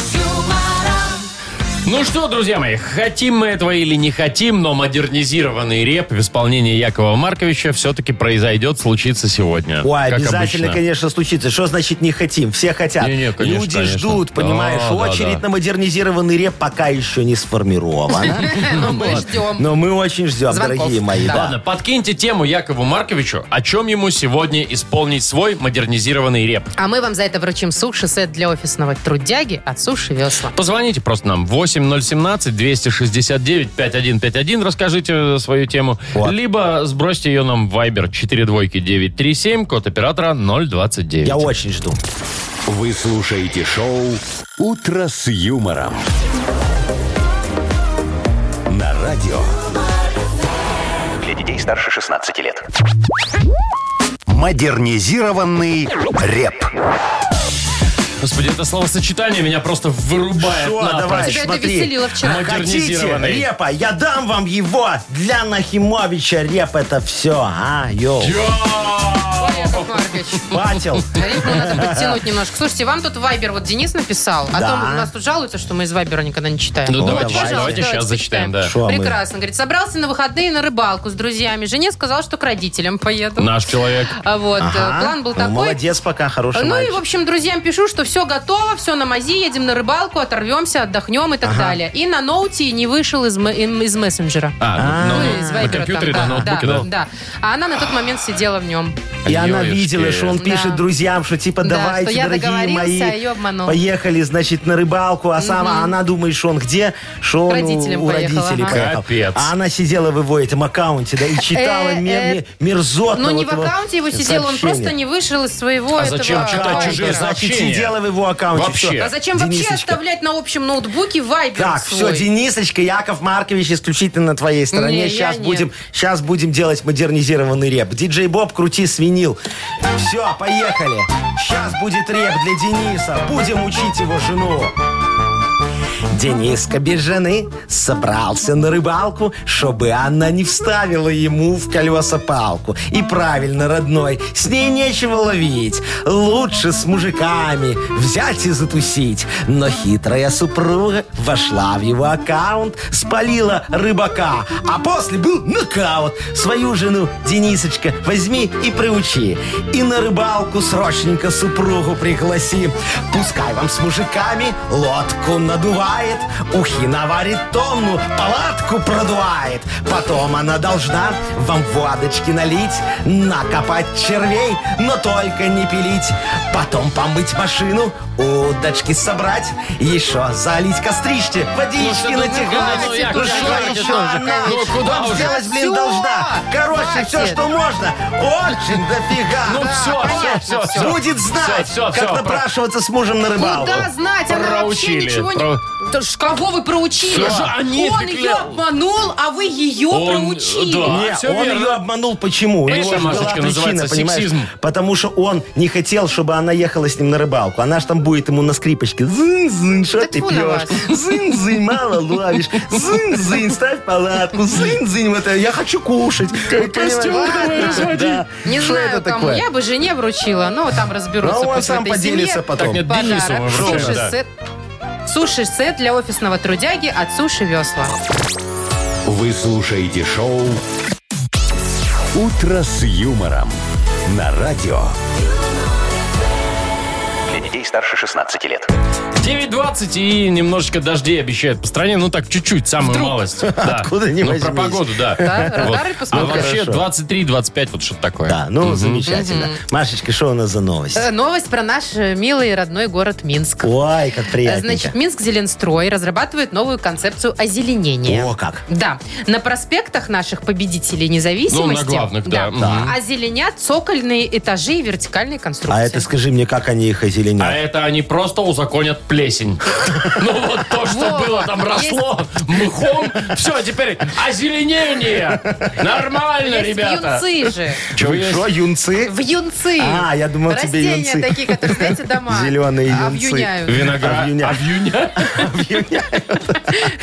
Speaker 2: Ну что, друзья мои, хотим мы этого или не хотим, но модернизированный реп в исполнении Якова Марковича все-таки произойдет, случится сегодня.
Speaker 4: Ой,
Speaker 2: как
Speaker 4: обязательно,
Speaker 2: обычно.
Speaker 4: конечно, случится. Что значит не хотим? Все хотят.
Speaker 2: Не-не, конечно,
Speaker 4: Люди
Speaker 2: конечно.
Speaker 4: ждут, понимаешь?
Speaker 2: Да, да,
Speaker 4: Очередь
Speaker 2: да.
Speaker 4: на модернизированный реп пока еще не
Speaker 3: *laughs*
Speaker 4: сформирована. Ну
Speaker 3: Мы ждем.
Speaker 4: Но мы очень ждем,
Speaker 3: Звонков.
Speaker 4: дорогие мои.
Speaker 3: Да.
Speaker 4: да.
Speaker 2: Ладно, подкиньте тему Якову Марковичу, о чем ему сегодня исполнить свой модернизированный реп.
Speaker 3: А мы вам за это вручим суши-сет для офисного трудяги от Суши Весла.
Speaker 2: Позвоните просто нам 8017-269-5151, расскажите э, свою тему.
Speaker 4: Вот.
Speaker 2: Либо сбросьте ее нам в Viber 42937, код оператора 029.
Speaker 4: Я очень жду.
Speaker 1: Вы слушаете шоу «Утро с юмором». На радио
Speaker 5: Для детей старше 16 лет.
Speaker 1: «Модернизированный реп».
Speaker 2: Господи, это словосочетание меня просто вырубает
Speaker 4: Шо,
Speaker 2: напрочь.
Speaker 4: давай,
Speaker 3: Тебя это
Speaker 4: смотри.
Speaker 3: веселило вчера.
Speaker 4: Хотите
Speaker 2: Модернизированный.
Speaker 4: репа? Я дам вам его. Для Нахимовича реп это все. А, йоу.
Speaker 3: Ой, Яков Маркович. *laughs*
Speaker 4: Патил.
Speaker 3: Ритм надо подтянуть немножко. Слушайте, вам тут Вайбер, вот Денис написал, а
Speaker 4: Да.
Speaker 3: то у нас тут жалуются, что мы из Вайбера никогда не читаем.
Speaker 2: Ну, давайте,
Speaker 4: давайте.
Speaker 2: давайте сейчас зачитаем, да.
Speaker 4: Шо мы?
Speaker 3: Прекрасно. Говорит, собрался на выходные на рыбалку с друзьями. Жене сказал, что к родителям поеду.
Speaker 2: Наш человек.
Speaker 3: А Вот.
Speaker 4: Ага.
Speaker 3: э, План был
Speaker 4: Ну,
Speaker 3: такой.
Speaker 4: Молодец пока, хороший
Speaker 3: Ну и,
Speaker 4: мальчик.
Speaker 3: в общем, друзьям пишу, что все готово, все на мази, едем на рыбалку, оторвемся, отдохнем и так далее. И на ноуте не вышел из, ме- им- из мессенджера.
Speaker 2: А, ну,
Speaker 3: Ну,
Speaker 2: ну,
Speaker 3: из
Speaker 2: на
Speaker 3: Вайбера
Speaker 2: компьютере, да,
Speaker 3: там, да,
Speaker 2: ноутбуке,
Speaker 3: да,
Speaker 2: да.
Speaker 3: да. А она на тот момент сидела в нем.
Speaker 4: И она
Speaker 2: Ёлочки.
Speaker 4: видела, что он
Speaker 3: Да.
Speaker 4: пишет друзьям, что типа
Speaker 3: Да,
Speaker 4: давайте,
Speaker 3: что я
Speaker 4: дорогие
Speaker 3: договорился,
Speaker 4: мои,
Speaker 3: а её обманул.
Speaker 4: поехали, значит, на рыбалку, а сам, а она думает, что он где, что
Speaker 3: К
Speaker 4: он у-
Speaker 3: родителям
Speaker 4: у,
Speaker 3: поехал,
Speaker 4: родителей
Speaker 3: ага.
Speaker 4: поехал.
Speaker 2: Капец.
Speaker 4: А она сидела в его этом аккаунте, да, и читала
Speaker 3: Э,
Speaker 4: мер-
Speaker 3: э.
Speaker 4: мер- мерзотно.
Speaker 3: Но не в
Speaker 4: вот его
Speaker 3: аккаунте его сидел, он
Speaker 4: сообщение.
Speaker 3: просто не вышел из своего
Speaker 2: А
Speaker 3: этого
Speaker 2: зачем читать
Speaker 3: аккаунта.
Speaker 2: чужие
Speaker 3: Да.
Speaker 4: Значит,
Speaker 2: сообщения?
Speaker 4: сидела в его аккаунте.
Speaker 2: Вообще.
Speaker 4: Всё.
Speaker 3: А зачем вообще
Speaker 4: Денисочка.
Speaker 3: оставлять на общем ноутбуке Вайбер
Speaker 4: Так, все,
Speaker 3: свой?
Speaker 4: Денисочка, Яков Маркович исключительно на твоей стороне.
Speaker 3: Не, я
Speaker 4: сейчас,
Speaker 3: нет.
Speaker 4: будем, сейчас будем делать модернизированный реп. Диджей Боб, крути свинил. Все, поехали. Сейчас будет реп для Дениса. Будем учить его жену. Дениска без жены собрался на рыбалку, чтобы она не вставила ему в колеса палку. И правильно, родной, с ней нечего ловить. Лучше с мужиками взять и затусить. Но хитрая супруга вошла в его аккаунт, спалила рыбака, а после был нокаут. Свою жену, Денисочка, возьми и приучи. И на рыбалку срочненько супругу пригласи. Пускай вам с мужиками лодку надувает, ухи наварит тонну, палатку продувает. Потом она должна вам водочки налить, накопать червей, но только не пилить. Потом помыть машину, удочки собрать, еще залить кострище, водички
Speaker 2: ну,
Speaker 4: натягать.
Speaker 2: ну, ну, Яков
Speaker 4: Ну, что
Speaker 2: Маркович,
Speaker 4: еще
Speaker 2: ну,
Speaker 4: она
Speaker 2: ну,
Speaker 4: еще
Speaker 2: куда
Speaker 4: вам
Speaker 2: уже?
Speaker 4: сделать, блин,
Speaker 3: Всё,
Speaker 4: должна? Короче,
Speaker 3: хватит.
Speaker 4: все, что можно, очень дофига.
Speaker 2: Ну
Speaker 4: Да.
Speaker 2: все,
Speaker 3: понятно,
Speaker 2: все, все, все.
Speaker 4: Будет знать,
Speaker 2: Всё, всё,
Speaker 4: как
Speaker 2: всё,
Speaker 4: напрашиваться с мужем на рыбалку.
Speaker 3: Куда Ну знать? Она вообще
Speaker 2: Проучили.
Speaker 3: ничего не...
Speaker 2: Про-
Speaker 3: Да ж кого вы проучили?
Speaker 2: Всё.
Speaker 3: Он
Speaker 2: Они
Speaker 3: ее
Speaker 2: фигляры.
Speaker 3: обманул, а вы ее
Speaker 2: Он- э,
Speaker 3: проучили.
Speaker 2: да.
Speaker 4: Не,
Speaker 2: А, всё
Speaker 4: он
Speaker 2: верно.
Speaker 4: ее обманул. Почему? У
Speaker 2: Это,
Speaker 4: него же была
Speaker 2: Машечка, называется сексизм.
Speaker 4: Потому что он не хотел, чтобы она ехала с ним на рыбалку. Она ж там будет ему на скрипочке. Зын-зын, что
Speaker 3: Да
Speaker 4: ты
Speaker 3: тьфу на
Speaker 4: пьешь? Зын-зын, мало ловишь. Зын-зын, ставь палатку. Зын-зын, вот это, я хочу кушать. Вот понимаешь? *laughs* Да, да.
Speaker 3: Не
Speaker 4: Что
Speaker 3: знаю
Speaker 4: это
Speaker 3: кому.
Speaker 4: такое?
Speaker 3: Я бы жене вручила, но там разберутся.
Speaker 4: Ну, он
Speaker 3: пусть в
Speaker 4: сам
Speaker 3: этой
Speaker 4: поделится
Speaker 3: семье.
Speaker 4: потом. Так,
Speaker 2: нет,
Speaker 3: Подарок.
Speaker 2: Денису мы вручим, да.
Speaker 3: Суши-сет. Суши-сет для офисного трудяги от Суши Весла.
Speaker 1: Вы слушаете шоу «Утро с юмором» на радио.
Speaker 5: Для детей старше 16 лет.
Speaker 2: 9.20 и немножечко дождей обещают по стране. Ну так, чуть-чуть, самую малость. Да.
Speaker 4: Откуда ни
Speaker 2: Ну, про
Speaker 4: возьмись.
Speaker 2: погоду, да.
Speaker 3: Да,
Speaker 2: Вот.
Speaker 3: радары
Speaker 2: А
Speaker 3: посмотрим.
Speaker 2: вообще
Speaker 4: Хорошо.
Speaker 2: 23-25, вот что-то такое.
Speaker 4: Да, ну замечательно. Машечка, что у нас за новость?
Speaker 3: Э, Новость про наш э, милый родной город Минск.
Speaker 4: Ой, как
Speaker 3: Э,
Speaker 4: приятно.
Speaker 3: Значит, Минск Зеленстрой разрабатывает новую концепцию озеленения.
Speaker 4: О, как.
Speaker 3: Да, на проспектах наших победителей независимости А
Speaker 2: Ну, на главных, да. Мгм.
Speaker 3: озеленят цокольные этажи и вертикальные конструкции.
Speaker 4: А это скажи мне, как они их озеленят?
Speaker 2: А это они просто узаконят плесень. Ну вот то, что
Speaker 3: Вова,
Speaker 2: было там росло мхом. Все, теперь озеленение. Нормально,
Speaker 3: Есть
Speaker 2: ребята.
Speaker 3: юнцы
Speaker 2: *laughs*
Speaker 3: же.
Speaker 2: Чё, есть?
Speaker 4: Что, юнцы?
Speaker 3: В юнцы.
Speaker 4: А, я думал, тебе
Speaker 3: Растения
Speaker 4: юнцы. *laughs*
Speaker 3: такие, которые, знаете, дома
Speaker 4: Зеленые юнцы.
Speaker 3: обвюняют.
Speaker 2: Виноград. А
Speaker 4: Обвиня-
Speaker 2: Обвиня.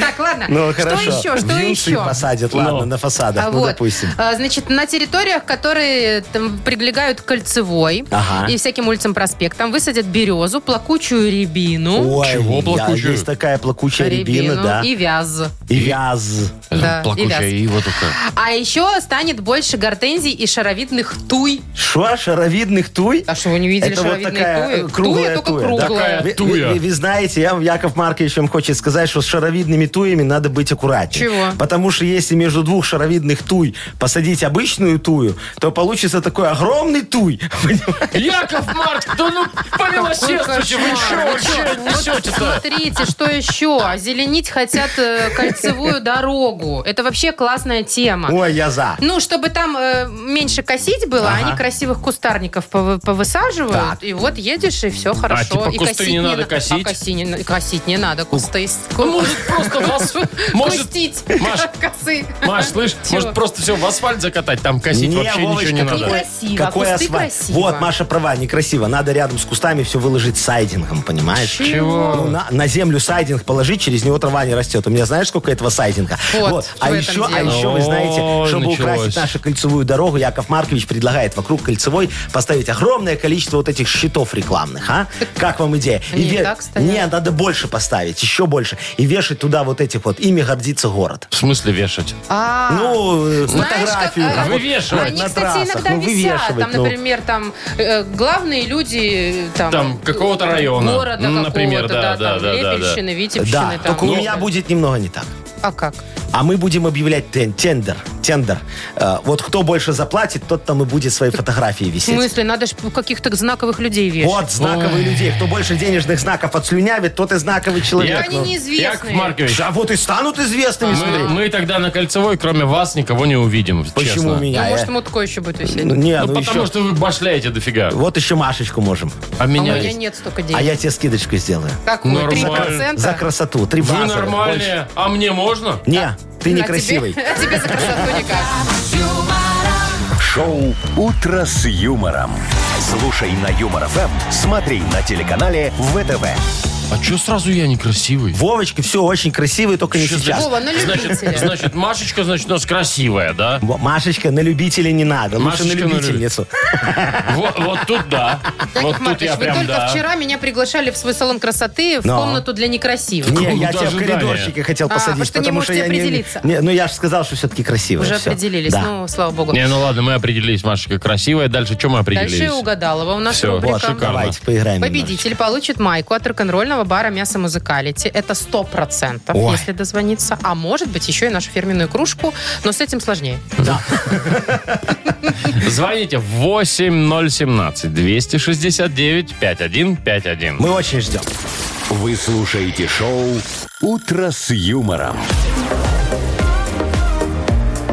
Speaker 3: Так, ладно.
Speaker 4: Ну,
Speaker 3: что
Speaker 4: хорошо.
Speaker 3: еще? Что
Speaker 4: В юнцы
Speaker 3: еще?
Speaker 4: посадят, ладно,
Speaker 2: Ну.
Speaker 4: на фасадах,
Speaker 3: А
Speaker 4: ну,
Speaker 3: вот,
Speaker 4: допустим.
Speaker 3: а, Значит, на территориях, которые там, прилегают к кольцевой
Speaker 4: Ага.
Speaker 3: и всяким улицам проспектам, высадят березу, плакучую рябину,
Speaker 4: Ой,
Speaker 2: Чего
Speaker 4: я-
Speaker 2: плакучую?
Speaker 4: Есть такая плакучая рябина, да.
Speaker 3: и вяз.
Speaker 4: И вяз.
Speaker 3: *laughs* Да,
Speaker 2: Плакучая
Speaker 3: и
Speaker 2: ива такая.
Speaker 3: *laughs* А еще станет больше гортензий и шаровидных туй.
Speaker 4: Шо, шаровидных туй?
Speaker 3: А что, вы не видели
Speaker 4: Это вот
Speaker 3: шаровидные
Speaker 4: такая
Speaker 3: туи?
Speaker 4: э, круглая
Speaker 3: туя, только
Speaker 4: туя, да.
Speaker 3: круглая.
Speaker 2: Такая.
Speaker 4: Вы, вы-
Speaker 2: Туя.
Speaker 4: вы- вы знаете, я вам, Яков Маркович, вам хочет сказать, что с шаровидными туями надо быть аккуратнее.
Speaker 3: Чего?
Speaker 4: Потому что если между двух шаровидных туй посадить обычную тую, то получится такой огромный туй. *laughs* понимаешь?
Speaker 2: Яков Марк, да ну помилосердствуйте, вы что
Speaker 3: Кошмар.
Speaker 2: вообще
Speaker 3: Вы чё, вот
Speaker 2: несете-то?
Speaker 3: Смотрите, что еще? Озеленить хотят э, кольцевую дорогу. Это вообще классная тема.
Speaker 4: Ой, я за.
Speaker 3: Ну, чтобы там э, меньше косить было,
Speaker 4: Ага.
Speaker 3: они красивых кустарников повы- повысаживают.
Speaker 4: Так.
Speaker 3: И вот едешь, и все хорошо.
Speaker 2: типа
Speaker 3: и
Speaker 2: кусты не надо
Speaker 3: на-
Speaker 2: косить?
Speaker 3: А коси не, на- косить не надо. Кусты из-
Speaker 2: Ну, может,
Speaker 3: *laughs*
Speaker 2: просто в асфальт... Может,
Speaker 3: Кустить.
Speaker 2: Маш.
Speaker 3: Косы.
Speaker 2: Маш, слышь,
Speaker 3: Чего?
Speaker 2: может, просто все в асфальт закатать, там косить
Speaker 4: Не,
Speaker 2: вообще ничего
Speaker 4: Вовочка,
Speaker 2: не
Speaker 3: какой-
Speaker 2: надо.
Speaker 3: Некрасиво,
Speaker 4: Какой
Speaker 3: а кусты
Speaker 4: асфальт?
Speaker 3: красиво.
Speaker 4: Вот, Маша права, некрасиво. Надо рядом с кустами все выложить сайдингом, понимаешь? Ну,
Speaker 2: Чего?
Speaker 4: на, на землю сайдинг положить, через него трава не растет. У меня знаешь, сколько этого сайдинга?
Speaker 3: Вот, в
Speaker 4: А
Speaker 3: этом
Speaker 4: еще, а
Speaker 3: дело.
Speaker 4: еще, вы знаете,
Speaker 2: Ой,
Speaker 4: чтобы
Speaker 2: началось.
Speaker 4: украсить нашу кольцевую дорогу, Яков Маркович предлагает вокруг кольцевой поставить огромное количество вот этих щитов рекламных, а? Как вам идея?
Speaker 3: Они и
Speaker 4: ве-
Speaker 3: так стоят.
Speaker 4: Не, надо больше поставить, еще больше. И вешать туда вот этих вот. Ими гордится город.
Speaker 2: В смысле вешать?
Speaker 3: А,
Speaker 4: Ну, э,
Speaker 3: знаешь,
Speaker 4: фотографию.
Speaker 3: как, а,
Speaker 4: вот,
Speaker 2: вывешивать.
Speaker 4: вот
Speaker 3: Они,
Speaker 4: на
Speaker 3: кстати,
Speaker 4: трассах,
Speaker 3: иногда
Speaker 4: ну,
Speaker 3: висят.
Speaker 4: вывешивать,
Speaker 3: Там,
Speaker 4: ну.
Speaker 3: например, там э, главные люди э, там,
Speaker 2: Там какого-то района.
Speaker 3: Города
Speaker 2: Ну, например,
Speaker 3: какого-то,
Speaker 2: да, да,
Speaker 3: там,
Speaker 2: да, да, да.
Speaker 3: Лепельщины, Витебщины.
Speaker 4: Да,
Speaker 3: там.
Speaker 4: только у
Speaker 3: Ну,
Speaker 4: меня будет немного не так.
Speaker 3: А как?
Speaker 4: А мы будем объявлять тен- тендер. Тендер. Э, Вот кто больше заплатит, тот там и будет свои фотографии
Speaker 3: В
Speaker 4: висеть.
Speaker 3: смысле, надо же каких-то знаковых людей вешать.
Speaker 4: Вот знаковые людей. Кто больше денежных знаков отслюнявит, тот и знаковый человек.
Speaker 3: они
Speaker 4: Ну,
Speaker 3: неизвестные.
Speaker 2: Яков Маркович,
Speaker 4: А вот и станут известными, смотри.
Speaker 2: мы, мы тогда на Кольцевой, кроме вас, никого не увидим,
Speaker 4: Почему
Speaker 2: честно.
Speaker 3: Ну,
Speaker 4: меня?
Speaker 3: может,
Speaker 4: э?
Speaker 3: Мутко еще будет висеть.
Speaker 4: Ну, не,
Speaker 2: Ну,
Speaker 4: ну
Speaker 2: потому
Speaker 4: еще.
Speaker 2: что вы башляете дофига.
Speaker 4: Вот еще Машечку можем.
Speaker 2: А
Speaker 3: а у
Speaker 2: меня...
Speaker 3: меня нет столько денег.
Speaker 4: А я тебе скидочку сделаю.
Speaker 3: Какую?
Speaker 2: Нормально.
Speaker 3: 3%?
Speaker 4: За красоту. Три
Speaker 2: Вы
Speaker 4: базовых,
Speaker 2: нормальные, а мне можно?
Speaker 4: больше. Не, ты
Speaker 3: А
Speaker 4: некрасивый.
Speaker 3: Тебе, а тебе за красоту никак.
Speaker 1: Шоу «Утро с юмором». Слушай на Юмор ФМ, смотри на телеканале ВТВ.
Speaker 2: А чё сразу я некрасивый?
Speaker 4: Вовочка, все очень красивый, только не
Speaker 2: Чё за-
Speaker 4: сейчас.
Speaker 3: Вова, ну, на
Speaker 2: Значит,
Speaker 3: любителя.
Speaker 2: значит, Машечка, значит, у нас красивая, да?
Speaker 4: Во, Машечка, на любителя не надо. Лучше на
Speaker 2: Машечка на люби-
Speaker 4: любительницу.
Speaker 2: Вот, вот тут да.
Speaker 3: Яков
Speaker 2: *laughs* Вот тут
Speaker 3: Маркович,
Speaker 2: я
Speaker 3: вы
Speaker 2: прям
Speaker 3: только
Speaker 2: да.
Speaker 3: вчера меня приглашали в свой салон красоты в
Speaker 4: Но.
Speaker 3: комнату для некрасивых.
Speaker 4: Не,
Speaker 2: Какого
Speaker 4: я тебя в
Speaker 2: ожидания?
Speaker 4: коридорчике хотел
Speaker 3: А, потому
Speaker 4: посадить,
Speaker 3: что не
Speaker 4: потому
Speaker 3: можете
Speaker 4: что я не...
Speaker 3: определиться.
Speaker 4: не... Ну, я же сказал, что все-таки красивая.
Speaker 3: Уже
Speaker 4: всё.
Speaker 3: определились,
Speaker 4: Да.
Speaker 3: ну, слава богу.
Speaker 2: Не, ну ладно, мы определились, Машечка красивая. Дальше что мы определились?
Speaker 3: Дальше угадалова у нас
Speaker 2: Всё,
Speaker 3: рубрика.
Speaker 2: вот, шикарно.
Speaker 4: Давайте поиграем
Speaker 3: Победитель получит майку от рок-н-ролльного бара «Мясо Музыкалити». Это 100%,
Speaker 4: Ой.
Speaker 3: если дозвониться. А может быть, еще и нашу фирменную кружку, но с этим сложнее.
Speaker 2: Звоните 8017-269-5151.
Speaker 4: Мы очень ждем.
Speaker 1: Вы слушаете шоу «Утро с юмором».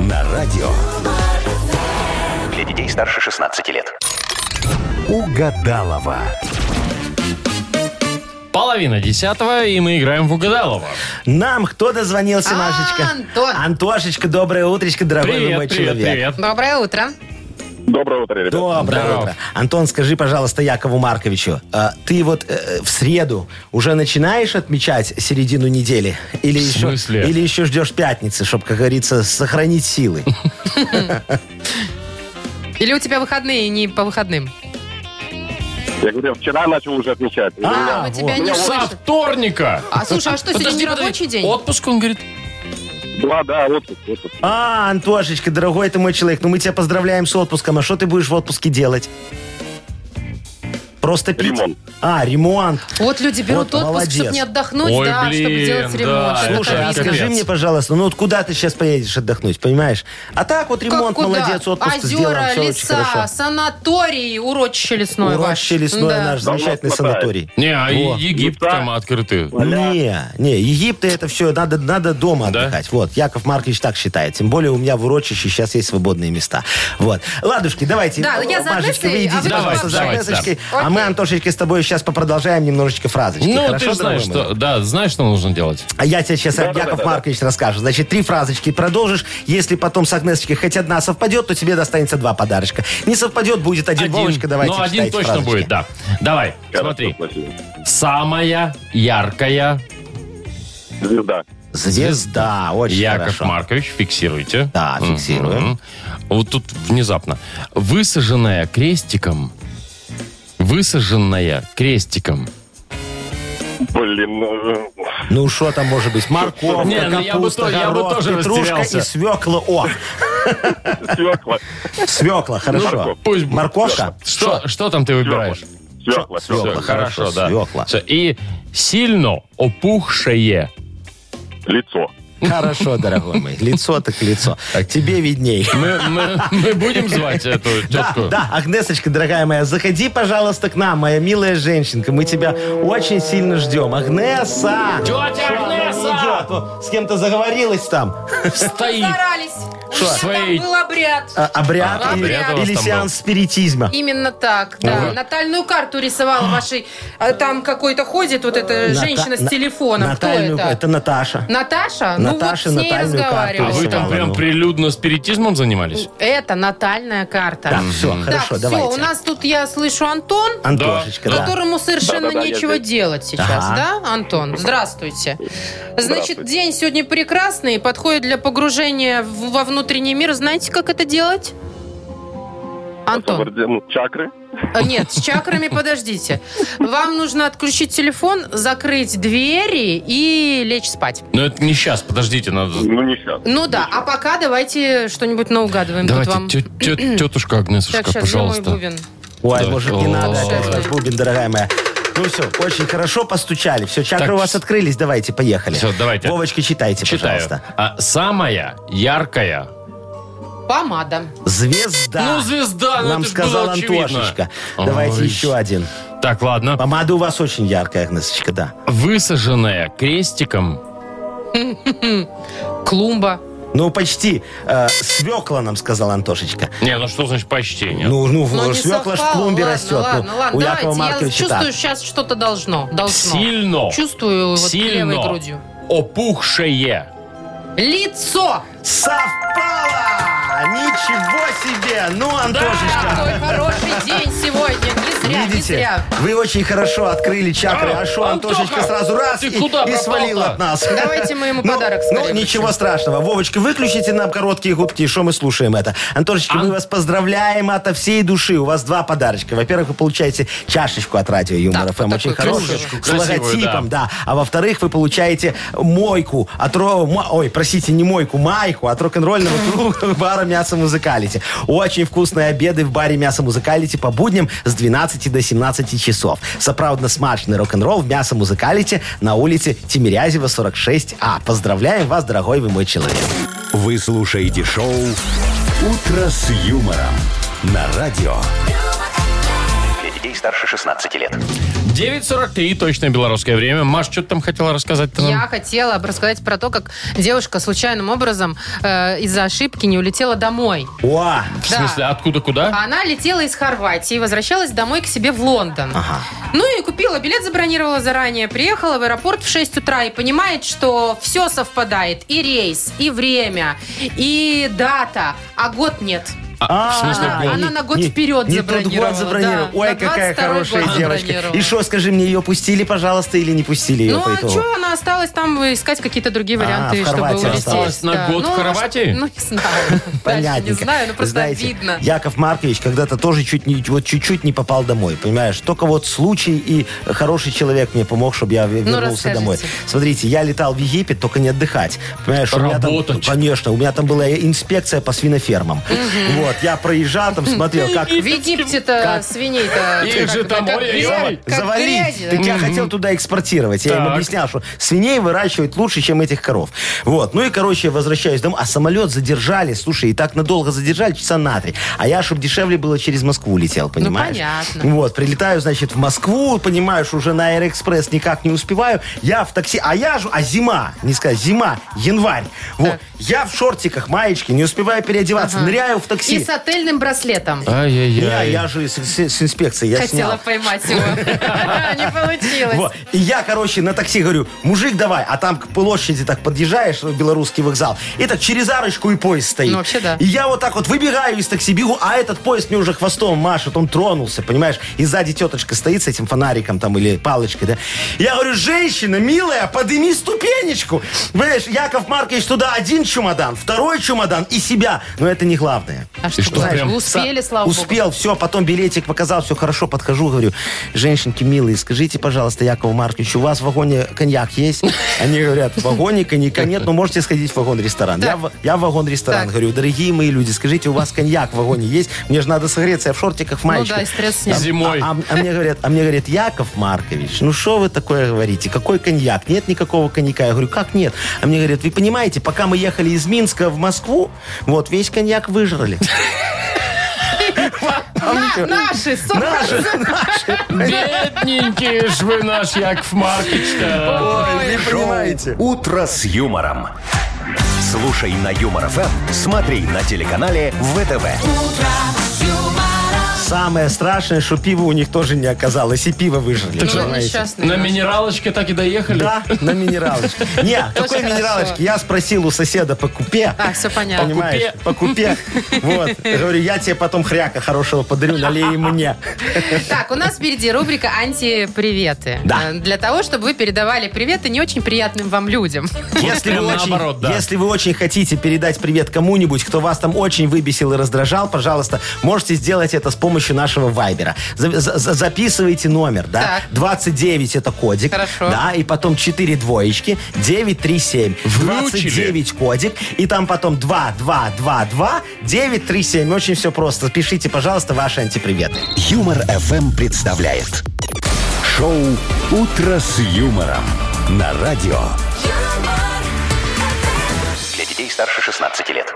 Speaker 1: На радио
Speaker 5: Для детей старше 16 лет.
Speaker 1: «Угадалова».
Speaker 2: Половина десятого, и мы играем в угадалово.
Speaker 4: Нам кто дозвонился,
Speaker 3: А,
Speaker 4: Машечка?
Speaker 3: Антон.
Speaker 4: Антошечка, доброе утречко, дорогой вы мой
Speaker 2: Привет, привет,
Speaker 4: человек.
Speaker 2: привет.
Speaker 3: Доброе утро.
Speaker 6: Доброе утро, ребята.
Speaker 4: Доброе
Speaker 2: Здорово.
Speaker 4: утро. Антон, скажи, пожалуйста, Якову Марковичу, а, ты вот э, в среду уже начинаешь отмечать середину недели? Или
Speaker 2: В
Speaker 4: еще,
Speaker 2: смысле?
Speaker 4: Или еще ждешь пятницы, чтобы, как говорится, сохранить силы?
Speaker 3: Или у тебя выходные не по выходным?
Speaker 6: Я говорю, я вчера начал уже отмечать.
Speaker 4: А,
Speaker 3: Мы
Speaker 4: вот.
Speaker 3: тебя не
Speaker 2: Со
Speaker 3: слышим.
Speaker 2: вторника.
Speaker 3: А слушай, а что, сегодня
Speaker 2: Подожди,
Speaker 3: не
Speaker 2: подожди.
Speaker 3: рабочий день?
Speaker 2: Отпуск, он говорит.
Speaker 6: Да, да, отпуск, отпуск.
Speaker 4: А, Антошечка, дорогой ты мой человек, ну мы тебя поздравляем с отпуском. А что ты будешь в отпуске делать? Просто пить?
Speaker 6: Ремонт.
Speaker 4: А, ремонт.
Speaker 3: Вот люди берут
Speaker 4: Вот
Speaker 3: отпуск, чтобы
Speaker 4: молодец.
Speaker 3: не отдохнуть,
Speaker 2: Ой,
Speaker 3: да, чтобы
Speaker 2: блин,
Speaker 3: делать ремонт.
Speaker 2: да,
Speaker 3: Это
Speaker 4: Слушай,
Speaker 2: так
Speaker 4: а
Speaker 3: обидно.
Speaker 2: капец.
Speaker 4: скажи мне, пожалуйста, ну вот куда ты сейчас поедешь отдохнуть, понимаешь? А так вот
Speaker 3: Как
Speaker 4: ремонт,
Speaker 3: куда?
Speaker 4: молодец, отпуск
Speaker 3: Озера,
Speaker 4: сделал, все очень
Speaker 3: леса,
Speaker 4: хорошо.
Speaker 3: санатории, урочище лесное.
Speaker 4: Урочище
Speaker 3: ваше.
Speaker 4: лесное
Speaker 3: Да.
Speaker 4: наш
Speaker 6: Давно
Speaker 4: замечательный
Speaker 6: хватает.
Speaker 4: санаторий.
Speaker 2: Не, а
Speaker 4: Во.
Speaker 2: Египет
Speaker 6: Ну, да.
Speaker 2: там открытый.
Speaker 4: Не, не, Египт это все, надо, надо дома
Speaker 2: Да?
Speaker 4: отдыхать. Вот, Яков Маркович так считает. Тем более у меня в урочище сейчас есть свободные места. Вот. Ладушки, давайте.
Speaker 3: Да, я за
Speaker 4: Машечка, вы
Speaker 3: Одессой, а
Speaker 4: идите,
Speaker 3: вы
Speaker 4: пожалуйста, за
Speaker 2: Давайте, давайте,
Speaker 4: Одессочкой.
Speaker 3: да.
Speaker 4: А мы,
Speaker 3: Окей.
Speaker 4: Антошечка, с тобой сейчас попродолжаем немножечко фразочки.
Speaker 2: Ну,
Speaker 4: Хорошо,
Speaker 2: ты же знаешь,
Speaker 4: дорогой мой?
Speaker 2: что, да, знаешь, что нужно делать.
Speaker 4: А я тебе сейчас Яков Маркович расскажу. Значит, три фразочки продолжишь. Если потом с Агнесочкой хоть одна совпадет, то тебе достанется два подарочка. Не совпадет, будет один. Вовочка, давайте
Speaker 2: ну, один
Speaker 4: читайте
Speaker 2: точно
Speaker 4: фразочки.
Speaker 2: будет, да. Давай, смотри.
Speaker 6: Хорошо, спасибо.
Speaker 2: Самая яркая
Speaker 6: Звезда.
Speaker 4: Звезда. Очень
Speaker 2: Яков
Speaker 4: хорошо.
Speaker 2: Маркович, фиксируйте.
Speaker 4: Да, фиксируем.
Speaker 2: Мгм. Вот тут внезапно. Высаженная крестиком. Высаженная крестиком.
Speaker 6: Блин, э,
Speaker 4: Ну, что там может быть? Морковка,
Speaker 2: Не, ну я бы
Speaker 4: капуста,
Speaker 2: то- я бы
Speaker 4: горох,
Speaker 2: тоже
Speaker 4: петрушка
Speaker 2: растерялся.
Speaker 4: и свекла. О,
Speaker 6: свекла.
Speaker 4: свекла, хорошо.
Speaker 6: морковь.
Speaker 2: Ну, Пусть будет.
Speaker 4: Морковка?
Speaker 2: Что, что там ты выбираешь?
Speaker 4: Свекла,
Speaker 6: Свекла,
Speaker 2: Всё, хорошо,
Speaker 4: хорошо,
Speaker 2: да.
Speaker 4: свекла.
Speaker 2: Всё, И сильно опухшее.
Speaker 6: Лицо.
Speaker 4: Хорошо, дорогой мой. Лицо так лицо. Тебе видней.
Speaker 2: Мы, мы- мы будем звать эту
Speaker 4: *laughs* Да,
Speaker 2: тетку?
Speaker 4: да, Агнесочка, дорогая моя, заходи, пожалуйста, к нам, моя милая женщинка. Мы тебя очень сильно ждем. Агнеса! Ну,
Speaker 2: Тетя
Speaker 4: Идет,
Speaker 2: Агнеса!
Speaker 4: вот, с кем-то заговорилась там.
Speaker 2: Стоит.
Speaker 3: Старались. У меня
Speaker 2: Своей-
Speaker 3: там был обряд.
Speaker 4: А, Обряд,
Speaker 2: А,
Speaker 4: или,
Speaker 2: обряд у вас
Speaker 4: или
Speaker 2: там
Speaker 4: сеанс спиритизма.
Speaker 3: Именно так, да. Натальную карту рисовала вашей... а Там какой-то ходит вот эта
Speaker 4: Ната-
Speaker 3: женщина с
Speaker 4: на-
Speaker 3: телефоном. Кто
Speaker 4: Натальную-
Speaker 3: это?
Speaker 4: Наташа.
Speaker 3: Наташа?
Speaker 4: Наташа
Speaker 3: ну вот с ней
Speaker 4: натальную
Speaker 2: А
Speaker 4: карту
Speaker 2: вы
Speaker 3: разговаривали.
Speaker 2: там
Speaker 4: Рисовала,
Speaker 2: прям
Speaker 4: ну.
Speaker 2: прилюдно спиритизмом занимались?
Speaker 3: Это натальная карта.
Speaker 4: Да, все, хорошо,
Speaker 3: так,
Speaker 4: давайте.
Speaker 3: все, у нас тут, я слышу, Антон,
Speaker 4: Антошечка, да.
Speaker 3: которому совершенно
Speaker 6: Да-да-да, я
Speaker 3: нечего
Speaker 6: здесь.
Speaker 3: делать сейчас,
Speaker 4: Ага.
Speaker 3: да, Антон? Здравствуйте. Значит,
Speaker 6: Здравствуйте.
Speaker 3: день сегодня прекрасный, подходит для погружения в- во внутренний мир. Знаете, как это делать? Антон,
Speaker 6: Ну, Чакры.
Speaker 3: э, нет, с чакрами *laughs* подождите. Вам нужно отключить телефон, закрыть двери и лечь спать.
Speaker 2: Но это не сейчас, подождите, надо...
Speaker 6: Ну, не сейчас.
Speaker 3: Ну да, а пока давайте что-нибудь наугадываем. тут вам.
Speaker 2: Давайте,
Speaker 3: *clears throat*
Speaker 2: тетушка Агнесушка,
Speaker 3: Так, сейчас, где мой
Speaker 2: пожалуйста.
Speaker 3: бубен?
Speaker 4: Ой,
Speaker 2: Да.
Speaker 4: может, не надо
Speaker 2: Ой.
Speaker 4: опять ваш бубен, дорогая моя. Ну все, очень хорошо постучали. Все, чакры
Speaker 2: Так,
Speaker 4: у вас открылись. Давайте, поехали.
Speaker 2: Всё, давайте.
Speaker 4: Вовочка, читайте,
Speaker 2: Читаю.
Speaker 4: пожалуйста.
Speaker 2: А, самая яркая.
Speaker 3: Помада.
Speaker 4: Звезда.
Speaker 2: Ну, звезда, ну
Speaker 4: Нам
Speaker 2: это ж
Speaker 4: сказал
Speaker 2: было очевидно.
Speaker 4: Антошечка.
Speaker 2: Ой.
Speaker 4: Давайте еще один.
Speaker 2: Так, ладно.
Speaker 4: Помада у вас очень яркая, Агнесочка, да.
Speaker 2: Высаженная крестиком.
Speaker 3: Клумба.
Speaker 4: Ну, почти. Э, свекла нам сказал Антошечка.
Speaker 2: Не, ну что значит почти? Нет.
Speaker 4: Ну, ну,
Speaker 3: Но не
Speaker 4: свекла ж в
Speaker 3: совпало.
Speaker 4: клумбе
Speaker 3: Ладно,
Speaker 4: растет. Ну,
Speaker 3: Ладно, ладно,
Speaker 4: у
Speaker 3: давайте.
Speaker 4: Якова
Speaker 3: Я
Speaker 4: Марковича
Speaker 3: чувствую,
Speaker 4: так.
Speaker 3: сейчас что-то должно. Должно.
Speaker 2: Сильно.
Speaker 3: Чувствую вот
Speaker 2: Сильно.
Speaker 3: левой грудью.
Speaker 2: Опухшее.
Speaker 3: Лицо!
Speaker 4: Совпало! Ничего себе! Ну, Антошечка!
Speaker 3: Какой хороший день сегодня. Не зря, не
Speaker 4: Видите,
Speaker 3: зря.
Speaker 4: вы очень хорошо открыли чакры.
Speaker 2: А,
Speaker 4: А что,
Speaker 2: Антоха,
Speaker 4: Антошечка сразу раз
Speaker 2: ты
Speaker 4: и,
Speaker 2: куда
Speaker 4: и
Speaker 2: пропал-то?
Speaker 4: свалил от нас.
Speaker 3: Давайте мы ему подарок
Speaker 4: Ну,
Speaker 3: скорее
Speaker 4: ничего страшного. Вовочка, выключите нам короткие губки, и что мы слушаем это. Антошечка, мы вас поздравляем ото всей души. У вас два подарочка. Во-первых, вы получаете чашечку от радио Юмор
Speaker 3: Так,
Speaker 4: ФМ,
Speaker 3: вот
Speaker 4: очень
Speaker 3: такую
Speaker 4: хорошую,
Speaker 2: кружечку
Speaker 4: с
Speaker 2: красивую,
Speaker 4: логотипом, да. А во-вторых, вы получаете мойку от ро... ма- Ой, простите, не мойку, майку
Speaker 3: *laughs*
Speaker 4: от рок-н-ролльного клуба бара «Мясо Музыкалити». Очень вкусные обеды в баре «Мясо Музыкалити» по будням с 12 до 17 часов. Соправдно смачный рок-н-ролл в «Мясо Музыкалити» на улице Тимирязева, 46А. Поздравляем вас, дорогой вы мой человек.
Speaker 1: Вы слушаете шоу «Утро с юмором» на радио.
Speaker 5: Для детей старше 16 лет.
Speaker 2: 9.43, точное белорусское время. Маш, что ты там хотела рассказать-то нам?
Speaker 3: Я хотела рассказать про то, как девушка случайным образом э, из-за ошибки не улетела домой.
Speaker 4: О,
Speaker 2: В
Speaker 3: Да.
Speaker 2: смысле, откуда-куда?
Speaker 3: Она летела из Хорватии, возвращалась домой к себе в Лондон. Ну и купила билет, забронировала заранее, приехала в аэропорт в 6 утра и понимает, что все совпадает. И рейс, и время, и дата, а год нет.
Speaker 2: А, в смысле,
Speaker 3: А,
Speaker 2: год?
Speaker 3: она на год вперед
Speaker 4: не тот
Speaker 3: забронировала.
Speaker 4: год забронировала.
Speaker 3: да.
Speaker 4: Ой,
Speaker 3: На 22-й
Speaker 4: какая хорошая
Speaker 3: год
Speaker 4: девочка.
Speaker 3: забронировала.
Speaker 4: И что, скажи мне, ее пустили, пожалуйста, или не пустили ее
Speaker 3: Ну
Speaker 4: по
Speaker 3: а
Speaker 4: итогу?
Speaker 3: что, она осталась там искать какие-то другие
Speaker 4: А,
Speaker 3: варианты,
Speaker 4: в
Speaker 3: чтобы
Speaker 4: Хорватии
Speaker 3: улететь.
Speaker 2: осталась. На
Speaker 3: да.
Speaker 2: год
Speaker 3: ну,
Speaker 2: в Хорватии?
Speaker 3: Ну не знаю. *laughs* Дальше не
Speaker 4: Понятненько.
Speaker 3: знаю, ну просто
Speaker 4: Знаете,
Speaker 3: обидно.
Speaker 4: Яков Маркович когда-то тоже чуть не, вот чуть-чуть не попал домой, понимаешь? Только вот случай и хороший человек мне помог, чтобы я в- вернулся
Speaker 3: Ну, расскажите.
Speaker 4: домой. Смотрите, я летал в Египет, только не отдыхать. Понимаешь, у меня там-
Speaker 2: Работать.
Speaker 4: конечно, у меня там была инспекция по свинофермам. Вот, я проезжал там, смотрел,
Speaker 3: *laughs*
Speaker 4: как...
Speaker 3: В Египте-то
Speaker 4: Как?
Speaker 3: свиней-то...
Speaker 2: Их
Speaker 3: как
Speaker 2: же
Speaker 3: это,
Speaker 2: там,
Speaker 3: как
Speaker 2: ой-ой-ой.
Speaker 3: грязь, как
Speaker 4: завалить.
Speaker 3: грязи.
Speaker 4: Так я хотел туда экспортировать. Я им
Speaker 2: Так.
Speaker 4: объяснял, что свиней выращивать лучше, чем этих коров. Вот. Ну и, короче, я возвращаюсь домой. А самолет задержали, слушай, и так надолго задержали, часа на три. А я, чтобы дешевле было, через Москву летел, понимаешь?
Speaker 3: Ну, понятно.
Speaker 4: Вот. Прилетаю, значит, в Москву, понимаешь, уже на Аэроэкспресс никак не успеваю. Я в такси, а я же, а зима, не сказать, зима, январь. Вот. Я в шортиках, маечке, не успеваю переодеваться, ныряю в такси.
Speaker 3: И с отельным браслетом.
Speaker 2: А,
Speaker 4: Я,
Speaker 2: Ай-яй-яй.
Speaker 4: я же с, с- с инспекцией, я снял.
Speaker 3: Хотела поймать его. *laughs* Не
Speaker 4: Вот.
Speaker 3: получилось.
Speaker 4: И я, короче, на такси говорю, мужик, давай, а там к площади так подъезжаешь, ну, белорусский вокзал, и так через арочку и поезд стоит.
Speaker 3: Ну, вообще да.
Speaker 4: И я вот так вот выбегаю из такси, бегу, а этот поезд мне уже хвостом машет, он тронулся, понимаешь? И сзади теточка стоит с этим фонариком там или палочкой, да? Я говорю, женщина, милая, подними ступенечку. Понимаешь, Яков Маркович туда один чемодан, второй чемодан и себя. Но это не главное.
Speaker 3: А что,
Speaker 2: что,
Speaker 3: знаешь,
Speaker 2: прям
Speaker 3: успели, слава богу.
Speaker 4: Успел, все, потом билетик показал, все хорошо, подхожу, говорю, женщинки милые, скажите, пожалуйста, Якову Марковичу, у вас в вагоне коньяк есть? Они говорят, в вагоне коньяка нет, но можете сходить в вагон-ресторан. Я, в- я в вагон-ресторан,
Speaker 3: Так.
Speaker 4: говорю, дорогие мои люди, скажите, у вас коньяк в вагоне есть? Мне же надо согреться, я в шортиках, в маечке.
Speaker 3: Ну да, и стресс
Speaker 4: А-
Speaker 3: снять.
Speaker 2: Зимой.
Speaker 4: А, а мне говорят, а мне говорят, Яков Маркович, ну что вы такое говорите? Какой коньяк? Нет никакого коньяка. Я говорю, как нет? А мне говорят, вы понимаете, пока мы ехали из Минска в Москву, вот весь коньяк выжрали.
Speaker 3: На- Наши, ну, сорок.
Speaker 4: Наши, наши.
Speaker 2: Бедненький ж вы наш Яков Маркич-то.
Speaker 4: Ой, не понимаете.
Speaker 1: «Утро с юмором». Слушай на Юмор ФМ, смотри на телеканале ВТВ.
Speaker 4: Самое страшное, что пива у них тоже не оказалось, и пиво выжрали.
Speaker 3: Ну,
Speaker 4: понимаете?
Speaker 3: несчастный
Speaker 2: На
Speaker 3: наш.
Speaker 2: минералочке так и доехали?
Speaker 4: Да, на минералочке. Не, какой
Speaker 3: хорошо.
Speaker 4: минералочки? Я спросил у соседа по купе.
Speaker 3: А, все понятно.
Speaker 4: Понимаешь? По купе. Вот. Говорю, я тебе потом хряка хорошего подарю, налей и мне.
Speaker 3: Так, у нас впереди рубрика «Антиприветы».
Speaker 4: Да.
Speaker 3: Э, Для того, чтобы вы передавали приветы не очень приятным вам людям.
Speaker 4: Если вы,
Speaker 2: прям
Speaker 4: очень,
Speaker 2: наоборот, да.
Speaker 4: если вы очень хотите передать привет кому-нибудь, кто вас там очень выбесил и раздражал, пожалуйста, можете сделать это с помощью нашего вайбера. За- за- за- записывайте номер, да?
Speaker 3: Так.
Speaker 4: 29 это кодик.
Speaker 3: Хорошо.
Speaker 4: Да, и потом 4 двоечки, 937.
Speaker 2: Выучили?
Speaker 4: 29 кодик, и там потом 2, 2, 2, 2, 9, 3, 7. Очень все просто. Пишите, пожалуйста, ваши антиприветы.
Speaker 1: Юмор ФМ представляет шоу Утро с юмором на радио.
Speaker 5: Для детей старше 16 лет.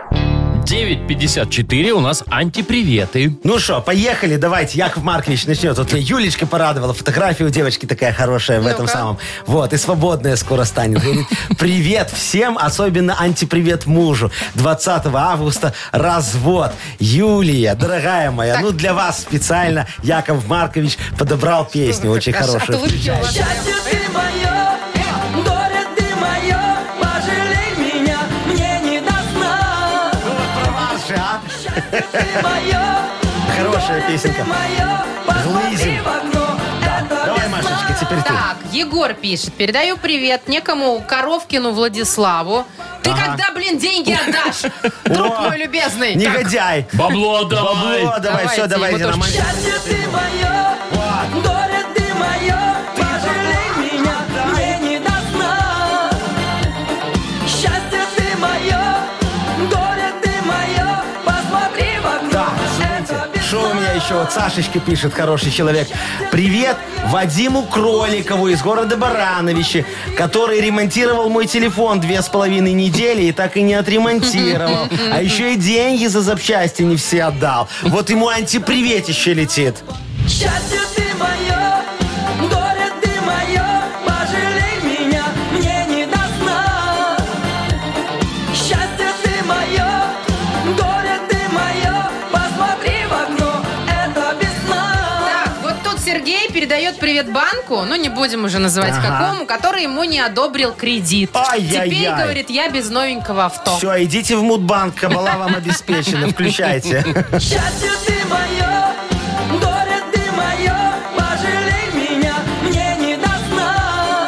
Speaker 2: 9.54 у нас антиприветы.
Speaker 4: Ну что, поехали, давайте. Яков Маркович начнет. Вот меня Юлечка порадовала. Фотография у девочки такая хорошая в этом
Speaker 3: Ну-ка.
Speaker 4: самом. Вот, и свободная скоро станет. Говорит, привет всем, особенно антипривет мужу. 20 августа развод. Юлия, дорогая моя, ну для вас специально Яков Маркович подобрал песню очень
Speaker 3: От
Speaker 4: хорошую.
Speaker 3: улыбки у вас.
Speaker 9: Счастье ты мое, горе ты мое, пожалей меня, мне не до сна. Ты мое,
Speaker 4: а? Хорошая песенка.
Speaker 9: мое, посмотри
Speaker 4: Глызин.
Speaker 9: в окно, это
Speaker 4: Давай,
Speaker 9: весна.
Speaker 4: Машечка, теперь ты.
Speaker 3: Так, Егор пишет. Передаю привет некому Коровкину Владиславу. Ты когда, блин, деньги отдашь, друг
Speaker 4: О,
Speaker 3: мой любезный?
Speaker 4: Негодяй.
Speaker 2: Бабло давай.
Speaker 4: Бабло, давай,
Speaker 3: Давайте,
Speaker 4: все, давайте,
Speaker 3: ему тоже
Speaker 4: Роман.
Speaker 9: Счастье ты мое, горе ты мое, пожалей меня, мне не до сна. Счастье ты мое, горе ты мое, посмотри в окно,
Speaker 4: Так,
Speaker 9: это
Speaker 4: смотрите,
Speaker 9: весна.
Speaker 4: что у меня еще? Вот Сашечка пишет, хороший человек. Привет Вадиму Кроликову из города Барановичи, который ремонтировал мой телефон две с половиной недели и так и не отремонтировал. А еще и деньги за запчасти не все отдал. Вот ему антиприветище летит.
Speaker 9: Счастье ты мое, горе ты мое, пожалей меня, мне не до сна. Счастье ты мое, горе ты мое, посмотри в окно, это весна.
Speaker 3: Так, вот тут Сергей передает передает привет банку, ну не будем уже называть
Speaker 4: Ага.
Speaker 3: какому, который ему не одобрил кредит.
Speaker 4: Ай-яй-яй.
Speaker 3: Теперь, говорит, я без новенького авто.
Speaker 4: Все, идите в Мудбанк, кабала вам обеспечена, включайте.
Speaker 9: Счастье ты мое, горе ты мое, пожалей меня, мне не до сна.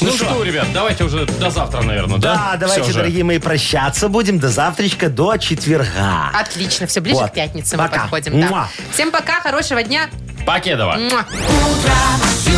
Speaker 2: Ну что, ребят, давайте уже до завтра, наверное, да?
Speaker 4: Да, давайте,
Speaker 2: Всё же.
Speaker 4: дорогие мои, прощаться будем до завтрачка, до четверга.
Speaker 3: Отлично, все ближе
Speaker 4: Вот.
Speaker 3: к пятнице мы
Speaker 4: Пока.
Speaker 3: подходим. да.
Speaker 4: Муа.
Speaker 3: Всем пока, хорошего дня.
Speaker 2: Покедова.
Speaker 3: Муа.
Speaker 9: Утро с